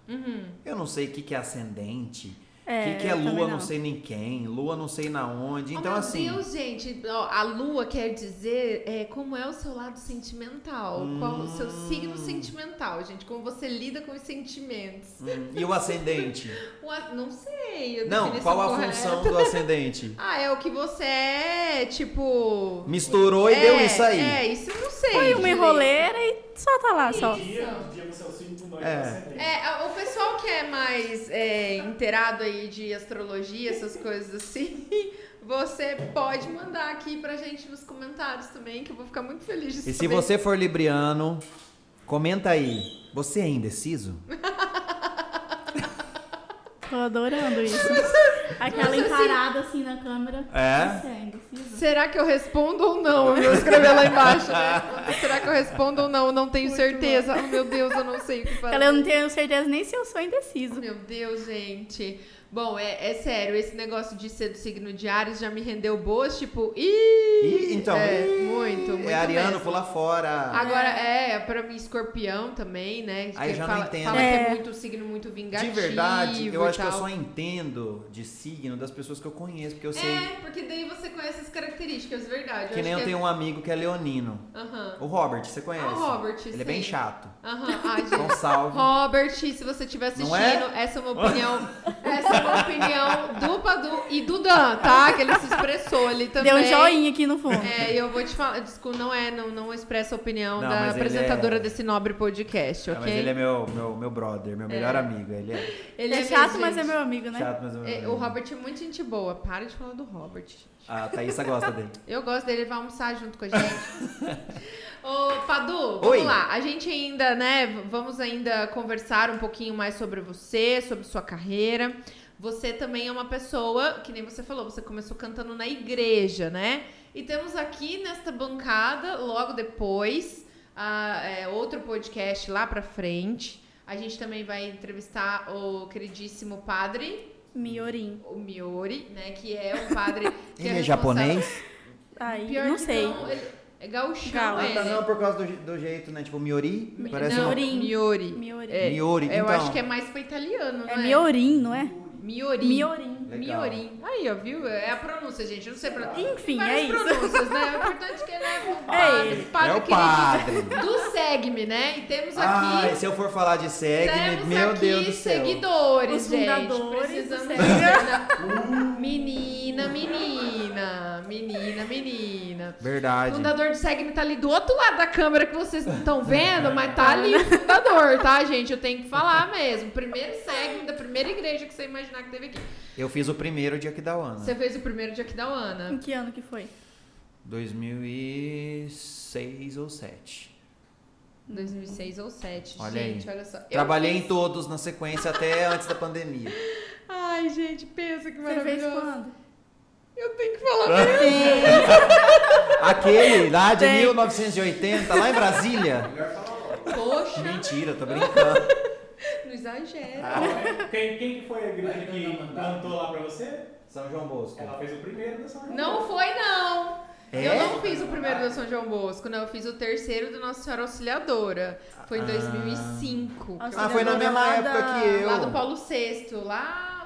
[SPEAKER 1] Uhum.
[SPEAKER 3] Eu não sei o que, que é ascendente, o
[SPEAKER 2] É,
[SPEAKER 3] que, que é
[SPEAKER 2] eu também
[SPEAKER 3] lua, não.
[SPEAKER 2] não.
[SPEAKER 3] sei nem quem, lua não sei na onde.
[SPEAKER 1] Oh,
[SPEAKER 3] Então,
[SPEAKER 1] meu
[SPEAKER 3] assim,
[SPEAKER 1] Deus, gente, ó, a lua quer dizer é, como é o seu lado sentimental, qual o seu
[SPEAKER 3] Hum.
[SPEAKER 1] signo sentimental, gente, como você lida com os sentimentos.
[SPEAKER 3] hum, e o ascendente?
[SPEAKER 1] O a- não sei, a
[SPEAKER 3] não,
[SPEAKER 1] definição
[SPEAKER 3] qual a
[SPEAKER 1] correta.
[SPEAKER 3] função do ascendente?
[SPEAKER 1] Ah, é o que você é, tipo.
[SPEAKER 3] Misturou e
[SPEAKER 1] é,
[SPEAKER 3] deu isso aí.
[SPEAKER 1] É, isso eu não sei.
[SPEAKER 2] Foi um uma
[SPEAKER 1] direito.
[SPEAKER 2] enroleira e só tá lá, só.
[SPEAKER 5] Um dia, um dia você é o signo do nós
[SPEAKER 3] É.
[SPEAKER 5] ascendente.
[SPEAKER 1] É, a- o pessoal que é mais é, inteirado aí de astrologia, essas coisas assim, você pode mandar aqui pra gente nos comentários também, que eu vou ficar muito feliz de
[SPEAKER 3] E se
[SPEAKER 1] saber.
[SPEAKER 3] você for libriano, comenta aí. Você é indeciso?
[SPEAKER 2] Tô adorando isso. Aquela
[SPEAKER 1] Mas, assim,
[SPEAKER 2] encarada assim na câmera.
[SPEAKER 3] É?
[SPEAKER 2] Isso indecisa.
[SPEAKER 1] Será que eu respondo ou não? Eu vou escrever lá embaixo, né? Será que eu respondo ou não? Eu Não tenho
[SPEAKER 2] Muito
[SPEAKER 1] certeza.
[SPEAKER 2] é um
[SPEAKER 1] Oh, meu Deus, eu não sei o que fazer.
[SPEAKER 2] Ela eu não tenho certeza nem se eu sou indeciso.
[SPEAKER 1] Meu Deus, gente. Bom, é, é sério, esse negócio de ser do signo de Ares já me rendeu boas, tipo, ih!
[SPEAKER 3] Ih, então,
[SPEAKER 1] é,
[SPEAKER 3] ih,
[SPEAKER 1] muito, muito.
[SPEAKER 3] É Ariano,
[SPEAKER 1] mesmo.
[SPEAKER 3] pula fora.
[SPEAKER 1] Agora, é, pra mim, escorpião também, né?
[SPEAKER 3] Aí
[SPEAKER 1] que
[SPEAKER 3] já não
[SPEAKER 1] fala,
[SPEAKER 3] entendo.
[SPEAKER 1] Fala que
[SPEAKER 2] É.
[SPEAKER 1] é muito um signo muito
[SPEAKER 3] De
[SPEAKER 1] vingativo.
[SPEAKER 3] verdade, eu
[SPEAKER 1] e
[SPEAKER 3] acho que eu
[SPEAKER 1] tal.
[SPEAKER 3] só entendo de signo das pessoas que eu conheço, porque eu sei.
[SPEAKER 1] É, porque daí você conhece as características, verdade.
[SPEAKER 3] que nem eu
[SPEAKER 1] acho
[SPEAKER 3] tenho um amigo que é leonino.
[SPEAKER 1] que é- Aham.
[SPEAKER 3] O Robert, você conhece?
[SPEAKER 1] Ah, o Robert,
[SPEAKER 3] Ele
[SPEAKER 1] sim.
[SPEAKER 3] é bem chato.
[SPEAKER 1] Aham. Ai, gente.
[SPEAKER 3] Então salve.
[SPEAKER 1] Robert, se você estiver assistindo,
[SPEAKER 3] Não é?
[SPEAKER 1] essa é uma opinião. essa é uma opinião do Padu e do Dan, tá? Que ele se expressou ali também.
[SPEAKER 2] Deu um joinha aqui no fundo.
[SPEAKER 1] É, e eu vou te falar, desculpa, não é, não, não expressa a opinião
[SPEAKER 3] Não,
[SPEAKER 1] da
[SPEAKER 3] mas ele
[SPEAKER 1] apresentadora
[SPEAKER 3] é-
[SPEAKER 1] desse nobre podcast,
[SPEAKER 3] Ah,
[SPEAKER 1] ok?
[SPEAKER 3] Mas ele é meu, meu, meu brother, meu melhor amigo. Ele é
[SPEAKER 1] Ele
[SPEAKER 2] é
[SPEAKER 1] mesmo,
[SPEAKER 2] chato, mas é
[SPEAKER 1] gente.
[SPEAKER 2] meu amigo, né?
[SPEAKER 3] chato, mas é meu
[SPEAKER 1] É,
[SPEAKER 3] melhor
[SPEAKER 1] o
[SPEAKER 3] amigo.
[SPEAKER 1] Robert é muito gente boa. Para de falar do Robert.
[SPEAKER 3] A Thaísa gosta dele.
[SPEAKER 1] Eu gosto dele, ele vai almoçar junto com a gente. Ô, Padu, vamos
[SPEAKER 3] Oi.
[SPEAKER 1] lá. A gente ainda, né, v- vamos ainda conversar um pouquinho mais sobre você, sobre sua carreira. Você também é uma pessoa, que nem você falou, você começou cantando na igreja, né? E temos aqui nesta bancada, logo depois, ah, é, outro podcast lá pra frente. A gente também vai entrevistar o queridíssimo padre,
[SPEAKER 2] Miorim.
[SPEAKER 1] o Miori, né? Que é um padre que
[SPEAKER 3] Ele é
[SPEAKER 1] responsável-
[SPEAKER 3] japonês?
[SPEAKER 2] Aí,
[SPEAKER 1] Pior
[SPEAKER 2] não
[SPEAKER 1] que
[SPEAKER 2] sei.
[SPEAKER 1] não, ele- é gauchão
[SPEAKER 2] Gaúcho.
[SPEAKER 3] Ah,
[SPEAKER 1] ele.
[SPEAKER 3] tá, não, por causa do, je- do jeito, né? Tipo, Miori, parece
[SPEAKER 1] não,
[SPEAKER 3] um...
[SPEAKER 2] Miori.
[SPEAKER 1] Miori.
[SPEAKER 2] Miorim.
[SPEAKER 1] É,
[SPEAKER 3] Miori,
[SPEAKER 1] Eu
[SPEAKER 3] então.
[SPEAKER 1] acho que é mais pra italiano,
[SPEAKER 2] É
[SPEAKER 1] não é?
[SPEAKER 2] Miorim, não é?
[SPEAKER 1] Miori.
[SPEAKER 2] Miorim.
[SPEAKER 3] Legal.
[SPEAKER 1] Miorim. Aí, ó, viu? É a pronúncia, gente. Eu não sei pronunciar.
[SPEAKER 2] Enfim,
[SPEAKER 1] Várias
[SPEAKER 2] é isso.
[SPEAKER 1] pronúncias, né? O importante é que ele é um
[SPEAKER 2] ele.
[SPEAKER 1] padre, padre
[SPEAKER 3] É o
[SPEAKER 1] querido
[SPEAKER 3] padre.
[SPEAKER 1] do Segme, né? E temos aqui...
[SPEAKER 3] Ai, se eu for falar de segue,
[SPEAKER 1] temos
[SPEAKER 3] Ah, meu
[SPEAKER 1] aqui
[SPEAKER 3] Deus do céu.
[SPEAKER 1] seguidores,
[SPEAKER 2] Os
[SPEAKER 1] gente.
[SPEAKER 2] fundadores
[SPEAKER 1] Precisamos...
[SPEAKER 2] do
[SPEAKER 1] menina, menina, menina, menina. O
[SPEAKER 3] Verdade.
[SPEAKER 1] fundador do Segme tá ali do outro lado da câmera que vocês não estão vendo, mas tá ali o fundador, tá, gente? Eu tenho que falar mesmo. Primeiro Segme da primeira igreja que você imaginar que teve aqui.
[SPEAKER 3] Eu fiz o primeiro de Aquidauana.
[SPEAKER 1] Você fez o primeiro de Aquidauana.
[SPEAKER 2] Em que ano que foi?
[SPEAKER 3] 2006 ou 7.
[SPEAKER 1] 2006 ou 2007.
[SPEAKER 3] Olha
[SPEAKER 1] gente,
[SPEAKER 3] aí.
[SPEAKER 1] olha só. Eu
[SPEAKER 3] Trabalhei em
[SPEAKER 1] fiz-
[SPEAKER 3] todos na sequência até antes da pandemia.
[SPEAKER 1] Ai, gente, pensa que
[SPEAKER 2] Você fez
[SPEAKER 1] maravilhoso.
[SPEAKER 2] quando?
[SPEAKER 1] Eu tenho que falar mesmo.
[SPEAKER 3] Aquele lá de
[SPEAKER 2] Tem.
[SPEAKER 3] 1980, lá em
[SPEAKER 1] É.
[SPEAKER 3] Brasília.
[SPEAKER 1] Poxa,
[SPEAKER 3] Mentira, tô brincando.
[SPEAKER 1] não
[SPEAKER 3] Tá.
[SPEAKER 1] exagera.
[SPEAKER 5] Ah, Quem, quem que foi a igreja que cantou lá pra você?
[SPEAKER 3] São João Bosco.
[SPEAKER 5] Ela fez o primeiro da São João.
[SPEAKER 1] Não foi, não.
[SPEAKER 3] É?
[SPEAKER 1] Eu não fiz o primeiro da São João Bosco, não. Eu fiz o terceiro do Nossa Senhora Auxiliadora. Foi em
[SPEAKER 3] Ah.
[SPEAKER 1] 2005. que eu
[SPEAKER 3] Ah, foi na
[SPEAKER 2] Auxiliadora
[SPEAKER 3] mesma
[SPEAKER 2] lá
[SPEAKER 3] época
[SPEAKER 2] da-
[SPEAKER 3] que eu.
[SPEAKER 1] Lá do Paulo VI, lá,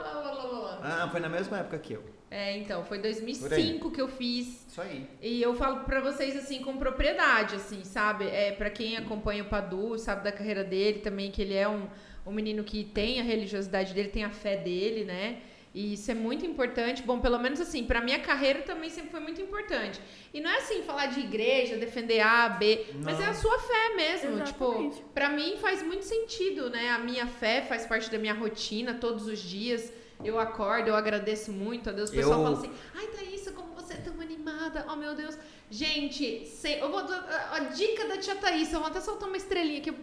[SPEAKER 1] lá, lá, lá, lá, lá.
[SPEAKER 3] Ah, foi na mesma época que eu.
[SPEAKER 1] É, então, foi
[SPEAKER 3] Por aí.
[SPEAKER 1] 2005 que eu fiz.
[SPEAKER 3] Isso aí.
[SPEAKER 1] E eu falo pra vocês, assim, com propriedade, assim, sabe? É, para quem acompanha o Padu, sabe da carreira dele também, que ele é um, um menino que tem a religiosidade dele, tem a fé dele, né? E isso é muito importante. Bom, pelo menos assim, pra minha carreira também sempre foi muito importante. E não é assim, falar de igreja, defender A, B, mas
[SPEAKER 3] Não.
[SPEAKER 1] é a sua fé mesmo. Tipo,
[SPEAKER 2] Exatamente.
[SPEAKER 1] Pra mim faz muito sentido, né? A minha fé faz parte da minha rotina todos os dias. Eu acordo, eu agradeço muito a Deus. O pessoal
[SPEAKER 3] Eu-
[SPEAKER 1] fala assim: ai, Thaísa, como você é tão animada. Oh, meu Deus. Gente, se- eu vou. dar- A dica da tia Thaísa, eu vou até soltar uma estrelinha aqui.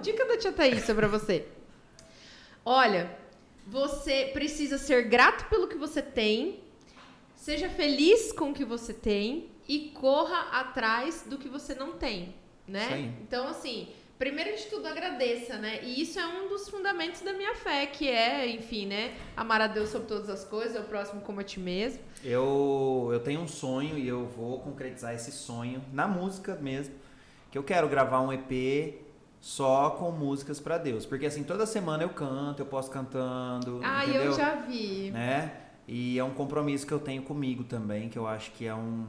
[SPEAKER 1] Dica da tia Thaísa pra você. Olha, você precisa ser grato pelo que você tem, seja feliz com o que você tem e corra atrás do que você não tem, né?
[SPEAKER 3] Isso aí.
[SPEAKER 1] Então, assim, primeiro de tudo, agradeça, né? E isso é um dos fundamentos da minha fé, que é, enfim, né? Amar a Deus sobre todas as coisas, é o próximo como a ti mesmo.
[SPEAKER 3] Eu, eu tenho um sonho e eu vou concretizar esse sonho na música mesmo, que eu quero gravar um EP só com músicas pra Deus, porque assim toda semana eu canto, eu posso cantando,
[SPEAKER 1] Ah,
[SPEAKER 3] entendeu?
[SPEAKER 1] eu já vi.
[SPEAKER 3] né? E é um compromisso que eu tenho comigo também, que eu acho que é um,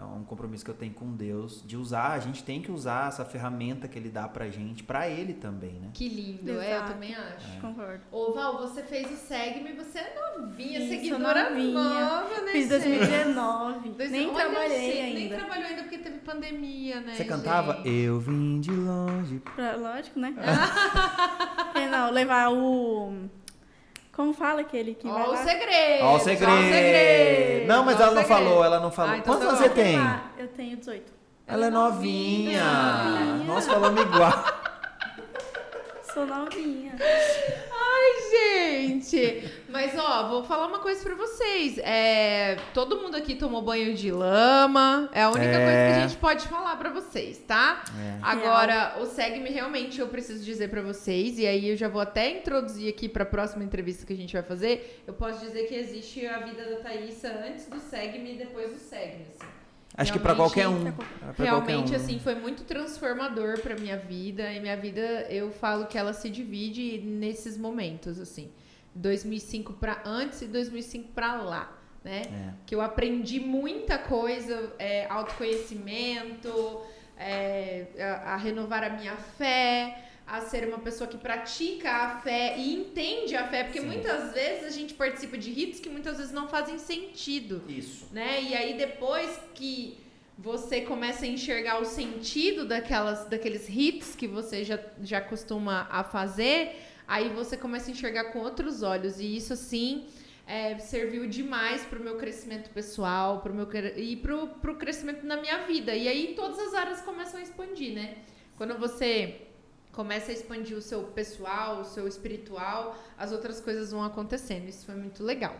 [SPEAKER 3] é um compromisso que eu tenho com Deus, de usar, a gente tem que usar essa ferramenta que ele dá pra gente, pra ele também, né?
[SPEAKER 1] Que lindo, é, eu
[SPEAKER 2] Exato.
[SPEAKER 1] também acho.
[SPEAKER 2] Concordo.
[SPEAKER 1] Ô, Val, você fez o Segme, você é novinha,
[SPEAKER 2] Isso,
[SPEAKER 1] seguidora
[SPEAKER 2] novinha.
[SPEAKER 1] nova, né, gente?
[SPEAKER 2] Fiz 2019.
[SPEAKER 1] Dois-
[SPEAKER 2] Nem
[SPEAKER 1] Olha,
[SPEAKER 2] trabalhei
[SPEAKER 1] gente, Nem
[SPEAKER 2] ainda.
[SPEAKER 1] trabalhou ainda porque teve pandemia, né?
[SPEAKER 3] Você cantava?
[SPEAKER 1] gente?
[SPEAKER 3] Eu vim de longe.
[SPEAKER 2] Pra- lógico, né? é, não, levar o. Como fala aquele que vai
[SPEAKER 1] Ó o
[SPEAKER 2] lá?
[SPEAKER 1] segredo.
[SPEAKER 3] Ó o
[SPEAKER 1] ó o segredo,
[SPEAKER 3] segredo! Não, mas
[SPEAKER 1] ó o
[SPEAKER 3] ela não
[SPEAKER 1] segredo.
[SPEAKER 3] falou, ela não falou.
[SPEAKER 1] Ah, então
[SPEAKER 3] Quantos
[SPEAKER 1] tá
[SPEAKER 3] anos
[SPEAKER 1] bom.
[SPEAKER 3] você tem?
[SPEAKER 2] Ah, eu tenho 18.
[SPEAKER 3] Ela é novinha. é
[SPEAKER 1] novinha.
[SPEAKER 3] Nós falamos igual.
[SPEAKER 2] Sou novinha.
[SPEAKER 1] Ai, gente! Mas, ó, vou falar uma coisa pra vocês. É, todo mundo aqui tomou banho de lama. É a única
[SPEAKER 3] É.
[SPEAKER 1] coisa que a gente pode falar pra vocês, tá?
[SPEAKER 3] É.
[SPEAKER 1] Agora, o segue-me realmente eu preciso dizer pra vocês. E aí eu já vou até introduzir aqui pra próxima entrevista que a gente vai fazer. Eu posso dizer que existe a vida da Thaísa antes do segue-me e depois do segue-me. assim.
[SPEAKER 3] Acho que pra qualquer um.
[SPEAKER 2] Realmente,
[SPEAKER 3] Pra qualquer
[SPEAKER 1] Realmente,
[SPEAKER 3] um.
[SPEAKER 1] assim, foi muito transformador pra minha vida. E minha vida, eu falo que ela se divide nesses momentos, assim. 2005 pra antes e 2005 pra lá, né?
[SPEAKER 3] É.
[SPEAKER 1] Que eu aprendi muita coisa, é, autoconhecimento, é, a, a renovar a minha fé, a ser uma pessoa que pratica a fé e entende a fé. Porque muitas vezes a gente participa de ritos que muitas vezes não fazem sentido
[SPEAKER 3] Isso.
[SPEAKER 1] né? E aí depois que você começa a enxergar o sentido daquelas, daqueles hits que você já, já costuma a fazer, aí você começa a enxergar com outros olhos. E isso, assim, é, serviu demais pro meu crescimento pessoal pro meu, cre- e pro, pro crescimento na minha vida. E aí todas as áreas começam a expandir, né? Quando você começa a expandir o seu pessoal, o seu espiritual, as outras coisas vão acontecendo. Isso foi muito legal.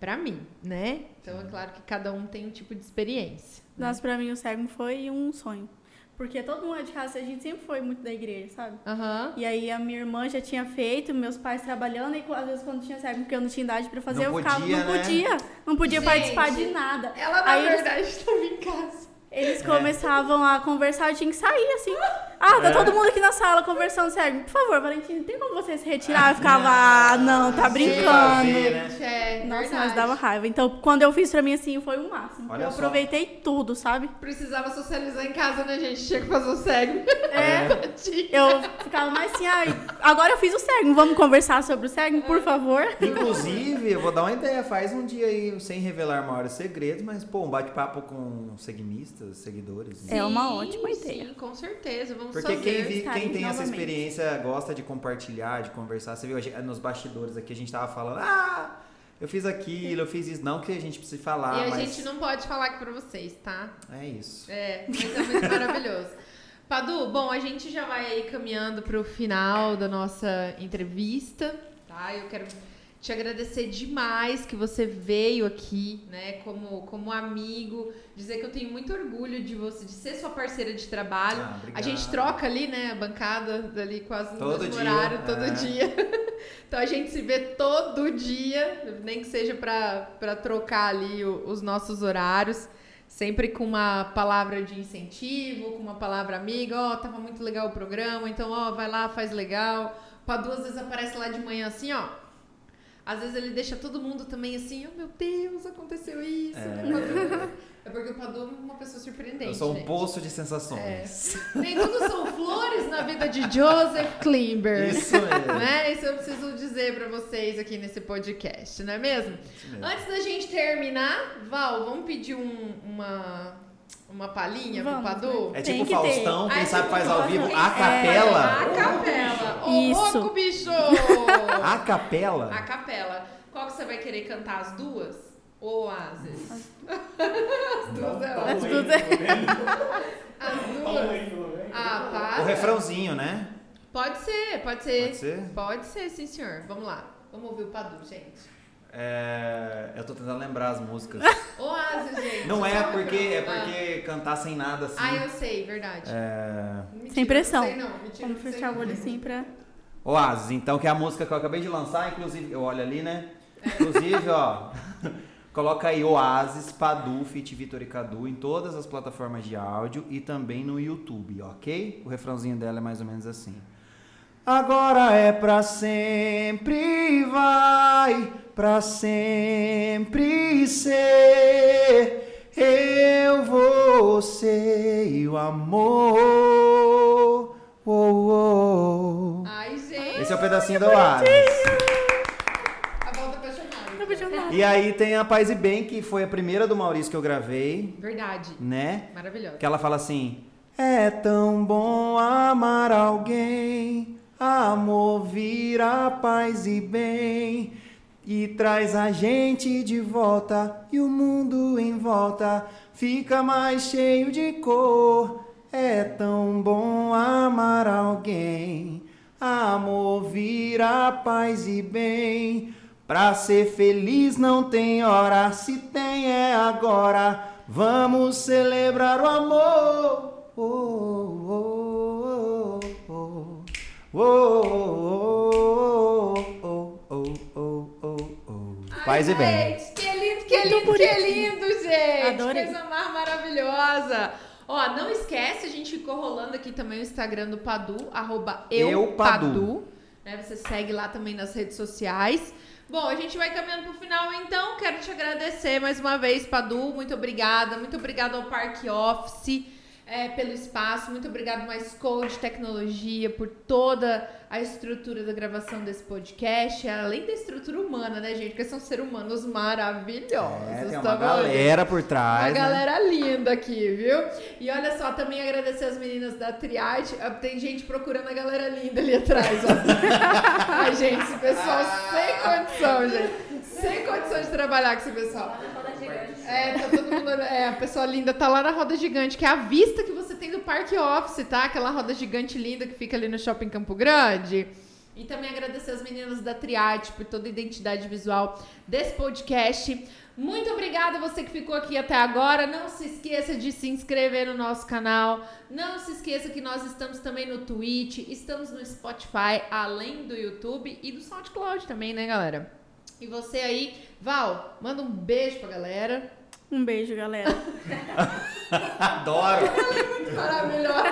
[SPEAKER 1] Pra mim, né? Então é claro que cada um tem um tipo de experiência. né?
[SPEAKER 2] Nossa, pra mim o cego foi um sonho. Porque todo mundo é de casa, a gente sempre foi muito da igreja, sabe?
[SPEAKER 1] Aham.
[SPEAKER 2] E aí a minha irmã já tinha feito, meus pais trabalhando, e co- às vezes quando tinha cego, porque eu não tinha idade pra fazer,
[SPEAKER 3] Não
[SPEAKER 2] eu ficava,
[SPEAKER 3] podia,
[SPEAKER 2] não
[SPEAKER 3] né?
[SPEAKER 2] podia. Não podia
[SPEAKER 1] Gente.
[SPEAKER 2] participar de nada.
[SPEAKER 1] Ela, na
[SPEAKER 2] Aí eles-
[SPEAKER 1] verdade, estava em casa.
[SPEAKER 3] É.
[SPEAKER 2] Eles começavam a conversar, eu tinha que sair, assim. Ah,
[SPEAKER 3] É.
[SPEAKER 2] tá todo mundo aqui na sala conversando, sério. Por favor, Valentina, tem como você se retirar? Eu ficava, ah, não, tá brincando.
[SPEAKER 3] fazer, né?
[SPEAKER 1] É,
[SPEAKER 2] Nossa,
[SPEAKER 1] verdade.
[SPEAKER 2] mas dava raiva. Então, quando eu fiz pra mim, assim, foi o máximo.
[SPEAKER 3] Olha
[SPEAKER 2] eu
[SPEAKER 3] só.
[SPEAKER 2] aproveitei tudo, sabe?
[SPEAKER 1] Precisava socializar em casa, né, gente? Tinha que fazer o cego.
[SPEAKER 3] É.
[SPEAKER 2] Eu ficava mais assim, ai, agora eu fiz o cego, vamos conversar sobre o cego,
[SPEAKER 1] É.
[SPEAKER 2] por favor?
[SPEAKER 3] Inclusive, eu vou dar uma ideia, faz um dia aí, sem revelar maiores segredos, mas, pô, um bate-papo com seguimistas, seguidores. né?
[SPEAKER 2] É uma ótima ideia.
[SPEAKER 1] Sim, com certeza. Vamos
[SPEAKER 3] Porque
[SPEAKER 1] fazer.
[SPEAKER 3] quem, vi-
[SPEAKER 2] estar
[SPEAKER 3] quem
[SPEAKER 2] aqui
[SPEAKER 3] tem essa
[SPEAKER 2] novamente.
[SPEAKER 3] experiência gosta de compartilhar, de conversar. Você viu, a gente- nos bastidores aqui a gente tava falando, ah, eu fiz aquilo, eu fiz isso. Não que a gente precise falar,
[SPEAKER 1] e a
[SPEAKER 3] mas
[SPEAKER 1] gente não pode falar aqui pra vocês, tá?
[SPEAKER 3] é isso.
[SPEAKER 1] É, mas é muito maravilhoso. Padu, bom, a gente já vai aí caminhando pro final da nossa entrevista, tá? Eu quero te agradecer demais que você veio aqui, né, como, como amigo, dizer que eu tenho muito orgulho de você, de ser sua parceira de trabalho.
[SPEAKER 3] Ah, obrigado.
[SPEAKER 1] A gente troca ali, né, a bancada ali quase no
[SPEAKER 3] Todo
[SPEAKER 1] mesmo
[SPEAKER 3] dia,
[SPEAKER 1] horário, todo
[SPEAKER 3] é.
[SPEAKER 1] dia. Então a gente se vê todo dia, nem que seja pra pra trocar ali o- os nossos horários, sempre com uma palavra de incentivo, com uma palavra amiga, ó, tava muito legal o programa, então ó, vai lá, faz legal. Padu às vezes aparece lá de manhã assim, ó. Às vezes ele deixa todo mundo também assim, oh meu Deus, aconteceu isso. né, Padu? É, porque o Padu é uma pessoa surpreendente. né?
[SPEAKER 3] Eu sou um
[SPEAKER 1] gente. É.
[SPEAKER 3] poço de sensações.
[SPEAKER 1] Nem tudo são flores na vida de Joseph Klimber.
[SPEAKER 3] Isso mesmo.
[SPEAKER 1] Né? Isso eu preciso dizer pra vocês aqui nesse podcast, não é mesmo?
[SPEAKER 3] Isso mesmo.
[SPEAKER 1] Antes da gente terminar, Val, vamos pedir um- uma, uma palhinha pro
[SPEAKER 2] Vamos,
[SPEAKER 1] Padu?
[SPEAKER 3] É
[SPEAKER 2] Tem
[SPEAKER 3] tipo
[SPEAKER 2] que ter.
[SPEAKER 3] Faustão, quem
[SPEAKER 1] Ai,
[SPEAKER 3] sabe
[SPEAKER 1] tipo,
[SPEAKER 3] faz ao vivo
[SPEAKER 1] quem
[SPEAKER 3] a
[SPEAKER 1] sabe?
[SPEAKER 3] capela.
[SPEAKER 1] A capela. Ô,
[SPEAKER 2] Isso.
[SPEAKER 1] louco, bicho!
[SPEAKER 3] A capela?
[SPEAKER 1] a capela. Qual que você vai querer cantar? As duas? Ou as? As duas é
[SPEAKER 5] Toma
[SPEAKER 1] ótimo.
[SPEAKER 2] As
[SPEAKER 5] aí,
[SPEAKER 2] duas-
[SPEAKER 5] pelo menos.
[SPEAKER 1] As
[SPEAKER 5] Toma
[SPEAKER 1] duas.
[SPEAKER 5] aí, pelo menos.
[SPEAKER 1] Ah,
[SPEAKER 3] O
[SPEAKER 1] para.
[SPEAKER 3] refrãozinho, né?
[SPEAKER 1] Pode ser, pode ser.
[SPEAKER 3] Pode ser?
[SPEAKER 1] Pode ser, sim, senhor. Vamos lá. Vamos ouvir o Padu, gente.
[SPEAKER 3] É, eu tô tentando lembrar as músicas.
[SPEAKER 1] Oásis, gente.
[SPEAKER 3] Não é
[SPEAKER 1] Qual
[SPEAKER 3] porque é
[SPEAKER 1] o problema?
[SPEAKER 3] porque cantar sem nada assim.
[SPEAKER 1] Ah, Ah, um eu sei, verdade.
[SPEAKER 3] É...
[SPEAKER 1] Mentira,
[SPEAKER 2] Sem pressão.
[SPEAKER 1] Não sei, não. Mentira, não
[SPEAKER 2] Vamos
[SPEAKER 1] sei
[SPEAKER 2] fechar o
[SPEAKER 1] não.
[SPEAKER 2] olho assim pra...
[SPEAKER 3] Oasis, então, que é a música que eu acabei de lançar, inclusive, eu olho ali, né? Inclusive, ó, coloca aí Oasis, Padu, Fit Vitor e Cadu em todas as plataformas de áudio e também no YouTube, ok? O refrãozinho dela é mais ou menos assim. Agora é pra sempre, vai, pra sempre ser. Eu, você e o amor. Oh, oh.
[SPEAKER 1] Ai, gente.
[SPEAKER 3] Esse é o pedacinho do Oasis.
[SPEAKER 1] A tá volta apaixonada.
[SPEAKER 2] Não podia nada.
[SPEAKER 3] E aí tem a Paz e Bem, que foi a primeira do Maurício que eu gravei,
[SPEAKER 1] Verdade.
[SPEAKER 3] né?
[SPEAKER 1] Maravilhosa.
[SPEAKER 3] Que ela fala assim: É tão bom amar alguém, amor vira paz e bem. E traz a gente de volta, e o mundo em volta fica mais cheio de cor. É tão bom amar alguém, Amor vira paz e bem. Pra ser feliz não tem hora, se tem é agora. Vamos celebrar o amor. Oh, oh, oh, oh, oh. Oh, oh, oh, oh, oh, oh, oh. Paz e bem.
[SPEAKER 1] Gente, que lindo, que lindo, que lindo, gente.
[SPEAKER 2] Adorei.
[SPEAKER 1] Coisa mais maravilhosa. Ó, não esquece, a gente ficou rolando aqui também o Instagram do Padu, arroba
[SPEAKER 3] Eu
[SPEAKER 1] eupadu.
[SPEAKER 3] Padu.
[SPEAKER 1] Né, você segue lá também nas redes sociais. Bom, a gente vai caminhando pro final, então. Quero te agradecer mais uma vez, Padu. Muito obrigada. Muito obrigada ao Parque Office é, pelo espaço. Muito obrigada mais Code Tecnologia por toda a estrutura da gravação desse podcast. Além da estrutura humana, né, gente? Porque são seres humanos maravilhosos.
[SPEAKER 3] É, tem
[SPEAKER 1] tá
[SPEAKER 3] uma
[SPEAKER 1] bom?
[SPEAKER 3] galera por
[SPEAKER 1] Uma
[SPEAKER 3] trás. né?
[SPEAKER 1] galera linda aqui, viu? E olha só, também agradecer as meninas da Triade. Ah, Tem gente procurando a galera linda ali atrás, ó. Ai, gente, esse pessoal sem condição, gente. Sem condição de trabalhar com esse pessoal. É, tá todo mundo. É, a pessoa linda tá lá na roda gigante, que é a vista que você tem do Parque Office, tá? Aquela roda gigante linda que fica ali no Shopping Campo Grande. E também agradecer as meninas da Triade por toda a identidade visual desse podcast. Muito obrigada você que ficou aqui até agora. Não se esqueça de se inscrever no nosso canal. Não se esqueça que nós estamos também no Twitch, estamos no Spotify, além do YouTube e do SoundCloud também, né, galera? E você aí, Val, manda um beijo pra galera.
[SPEAKER 2] Um beijo, galera.
[SPEAKER 3] Adoro.
[SPEAKER 1] Maravilhosa.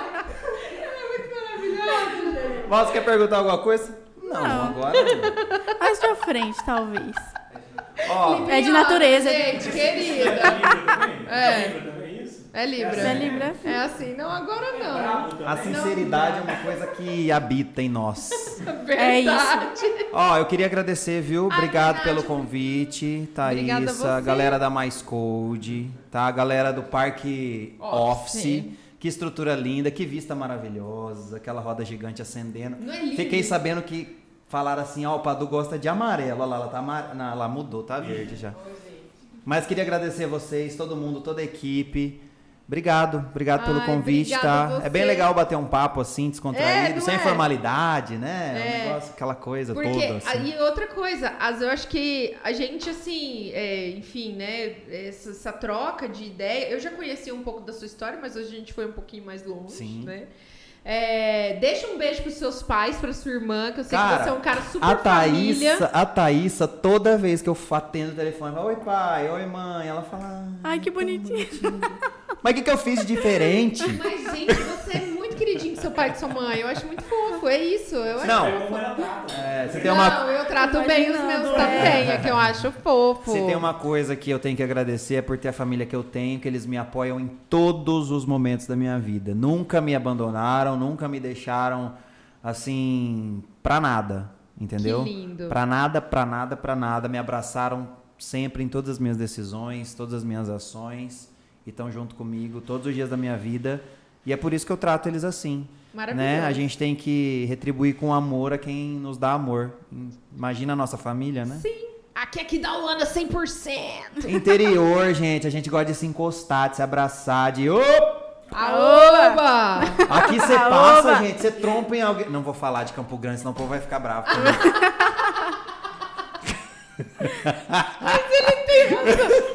[SPEAKER 1] Ela é muito maravilhosa, gente.
[SPEAKER 3] Você quer perguntar alguma coisa? Não,
[SPEAKER 2] Não.
[SPEAKER 3] agora não.
[SPEAKER 2] Mais pra frente, talvez.
[SPEAKER 3] Ó,
[SPEAKER 2] É de natureza.
[SPEAKER 1] Gente, querida. É.
[SPEAKER 5] É. Libra também é isso?
[SPEAKER 1] É Libra.
[SPEAKER 2] Você é Libra?
[SPEAKER 1] É assim, não agora não.
[SPEAKER 5] Bravo também.
[SPEAKER 3] a sinceridade é uma coisa que habita em nós.
[SPEAKER 2] É isso.
[SPEAKER 1] Verdade.
[SPEAKER 3] Ó, eu queria agradecer, viu?
[SPEAKER 1] Ai,
[SPEAKER 3] Obrigado
[SPEAKER 1] verdade.
[SPEAKER 3] pelo convite,
[SPEAKER 1] Obrigada a
[SPEAKER 3] Thaís, a
[SPEAKER 1] você.
[SPEAKER 3] galera da Mais Code, tá? A galera do Parque
[SPEAKER 1] Office.
[SPEAKER 3] Office. Que estrutura linda, que vista maravilhosa, aquela roda gigante acendendo.
[SPEAKER 1] Não é lindo?
[SPEAKER 3] Fiquei sabendo que falaram assim, ó, o Padu gosta de amarelo. Olha lá, ela tá amar... Não, ela mudou, tá verde já. Mas queria agradecer vocês, todo mundo, toda a equipe. Obrigado, obrigado pelo
[SPEAKER 1] Ai,
[SPEAKER 3] convite,
[SPEAKER 1] obrigada
[SPEAKER 3] tá?
[SPEAKER 1] a
[SPEAKER 3] É bem
[SPEAKER 1] você.
[SPEAKER 3] legal bater um papo assim, descontraído,
[SPEAKER 1] não
[SPEAKER 3] sem
[SPEAKER 1] é?
[SPEAKER 3] formalidade, né?
[SPEAKER 1] É.
[SPEAKER 3] Um negócio, aquela coisa
[SPEAKER 1] Porque,
[SPEAKER 3] toda. Assim.
[SPEAKER 1] aí outra coisa, as, eu acho que a gente, assim, é, enfim, né, essa, essa troca de ideia, eu já conhecia um pouco da sua história, mas hoje a gente foi um pouquinho mais longe,
[SPEAKER 3] Sim.
[SPEAKER 1] né? É, deixa um beijo pros seus pais, pra sua irmã, que eu sei que
[SPEAKER 3] Cara,
[SPEAKER 1] você é um cara super
[SPEAKER 3] A Thaísa,
[SPEAKER 1] família.
[SPEAKER 3] a Thaísa, toda vez que eu fa- atendo o telefone, fala, oi pai, oi mãe, ela fala. "Ah,
[SPEAKER 2] Ai, que bonitinho.
[SPEAKER 3] Mas o que, que eu fiz de diferente?
[SPEAKER 1] Mas, gente, você é muito queridinho com seu pai e com sua mãe. Eu acho muito fofo, é isso. Eu acho
[SPEAKER 3] Não.
[SPEAKER 5] É como ela tá.
[SPEAKER 3] É, você tem
[SPEAKER 1] Não,
[SPEAKER 3] uma
[SPEAKER 1] eu trato bem os meus
[SPEAKER 2] Imaginando,
[SPEAKER 1] também, é que eu acho fofo.
[SPEAKER 3] Se tem uma coisa que eu tenho que agradecer é por ter a família que eu tenho, que eles me apoiam em todos os momentos da minha vida. Nunca me abandonaram, nunca me deixaram assim pra nada, entendeu?
[SPEAKER 1] Que lindo.
[SPEAKER 3] Pra nada, pra nada, pra nada. Me abraçaram sempre em todas as minhas decisões, todas as minhas ações, e estão junto comigo todos os dias da minha vida. E é por isso que eu trato eles assim.
[SPEAKER 1] Maravilhoso.
[SPEAKER 3] Né? A gente tem que retribuir com amor a quem nos dá amor. Imagina a nossa família, né?
[SPEAKER 1] Sim. Aqui é que dá o ano 100%.
[SPEAKER 3] Interior, gente, a gente gosta de se encostar, de se abraçar, de. Ô!
[SPEAKER 1] Aoba!
[SPEAKER 3] Aqui você
[SPEAKER 2] Oba!
[SPEAKER 3] passa, gente, você trompa em alguém. Não vou falar de Campo Grande, senão o povo vai ficar bravo. comigo.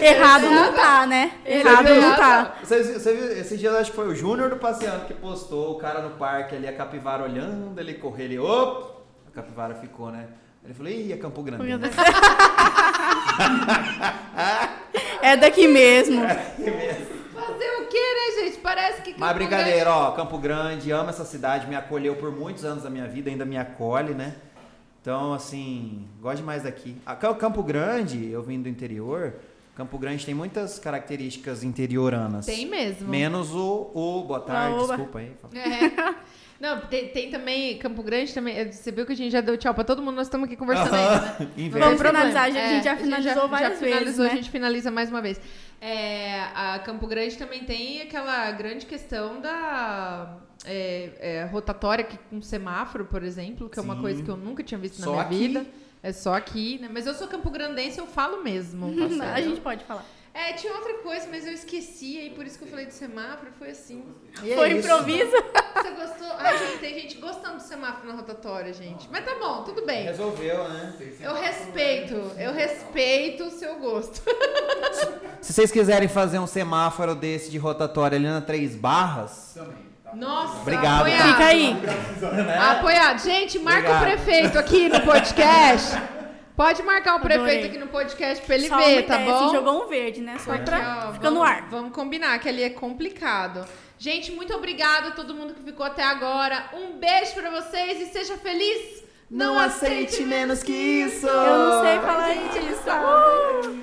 [SPEAKER 2] Errado não tá, né?
[SPEAKER 1] Ele
[SPEAKER 2] Errado
[SPEAKER 1] tem
[SPEAKER 2] não
[SPEAKER 1] razão.
[SPEAKER 2] tá.
[SPEAKER 3] Você você viu, esse dia eu acho que foi o Júnior do Passeando que postou, o cara no parque ali, a capivara olhando, ele correu, ele. Ô! A capivara ficou, né? Ele falou, ih, é Campo Grande.
[SPEAKER 2] Meu Deus. É daqui mesmo.
[SPEAKER 1] Fazer o que, né, gente? Parece que.
[SPEAKER 3] Mas brincadeira, ó, Campo Grande, amo essa cidade, me acolheu por muitos anos da minha vida, ainda me acolhe, né? Então, assim, gosto demais daqui. A Ca- Campo Grande, eu vim do interior, Campo Grande tem muitas características interioranas.
[SPEAKER 1] Tem mesmo.
[SPEAKER 3] Menos o, o boa tarde,
[SPEAKER 2] oba.
[SPEAKER 3] desculpa aí. fala.
[SPEAKER 1] É. Não, tem, tem também Campo Grande também. Você viu que a gente já deu tchau pra todo mundo, nós estamos aqui conversando ainda, né?
[SPEAKER 2] Vamos
[SPEAKER 3] Inveja.
[SPEAKER 1] Não tem
[SPEAKER 2] finalizar,
[SPEAKER 1] problema.
[SPEAKER 2] a gente já finalizou várias
[SPEAKER 1] já finalizou,
[SPEAKER 2] vezes, né?
[SPEAKER 1] A gente finaliza mais uma vez. É, a Campo Grande também tem aquela grande questão da é, é, rotatória que, com semáforo, por exemplo, que é uma
[SPEAKER 3] Sim.
[SPEAKER 1] coisa que eu nunca tinha visto na
[SPEAKER 3] Só
[SPEAKER 1] minha
[SPEAKER 3] aqui.
[SPEAKER 1] vida. É só aqui, né? Mas eu sou campo-grandense, eu falo mesmo.
[SPEAKER 2] A gente pode falar.
[SPEAKER 1] É, tinha outra coisa, mas eu esqueci, e por isso que eu falei do semáforo, foi assim.
[SPEAKER 3] E é
[SPEAKER 2] Foi
[SPEAKER 3] isso.
[SPEAKER 2] improviso.
[SPEAKER 1] Você gostou? Ai, gente, tem gente gostando do semáforo na rotatória, gente. Mas tá bom, tudo bem.
[SPEAKER 6] Resolveu, né?
[SPEAKER 1] Eu respeito, eu respeito o seu gosto.
[SPEAKER 3] Se vocês quiserem fazer um semáforo desse de rotatória ali na Três Barras,
[SPEAKER 6] Também. tá?
[SPEAKER 1] Nossa,
[SPEAKER 3] Obrigado.
[SPEAKER 1] apoiado.
[SPEAKER 2] Fica aí.
[SPEAKER 1] Apoiado. Gente, marca o
[SPEAKER 3] Obrigado.
[SPEAKER 1] prefeito aqui no podcast. Pode marcar o prefeito
[SPEAKER 2] Adorei.
[SPEAKER 1] aqui no podcast pra ele
[SPEAKER 2] Só uma
[SPEAKER 1] ver, tá
[SPEAKER 2] ideia,
[SPEAKER 1] bom?
[SPEAKER 2] Se jogou um verde, né? Só pra...
[SPEAKER 1] Ó,
[SPEAKER 2] Fica no
[SPEAKER 1] vamos-
[SPEAKER 2] ar.
[SPEAKER 1] Vamos combinar, que ali é complicado. Gente, muito obrigada a todo mundo que ficou até agora. Um beijo pra vocês e seja feliz.
[SPEAKER 3] não aceite menos que isso!
[SPEAKER 2] Eu não sei falar isso. Uh!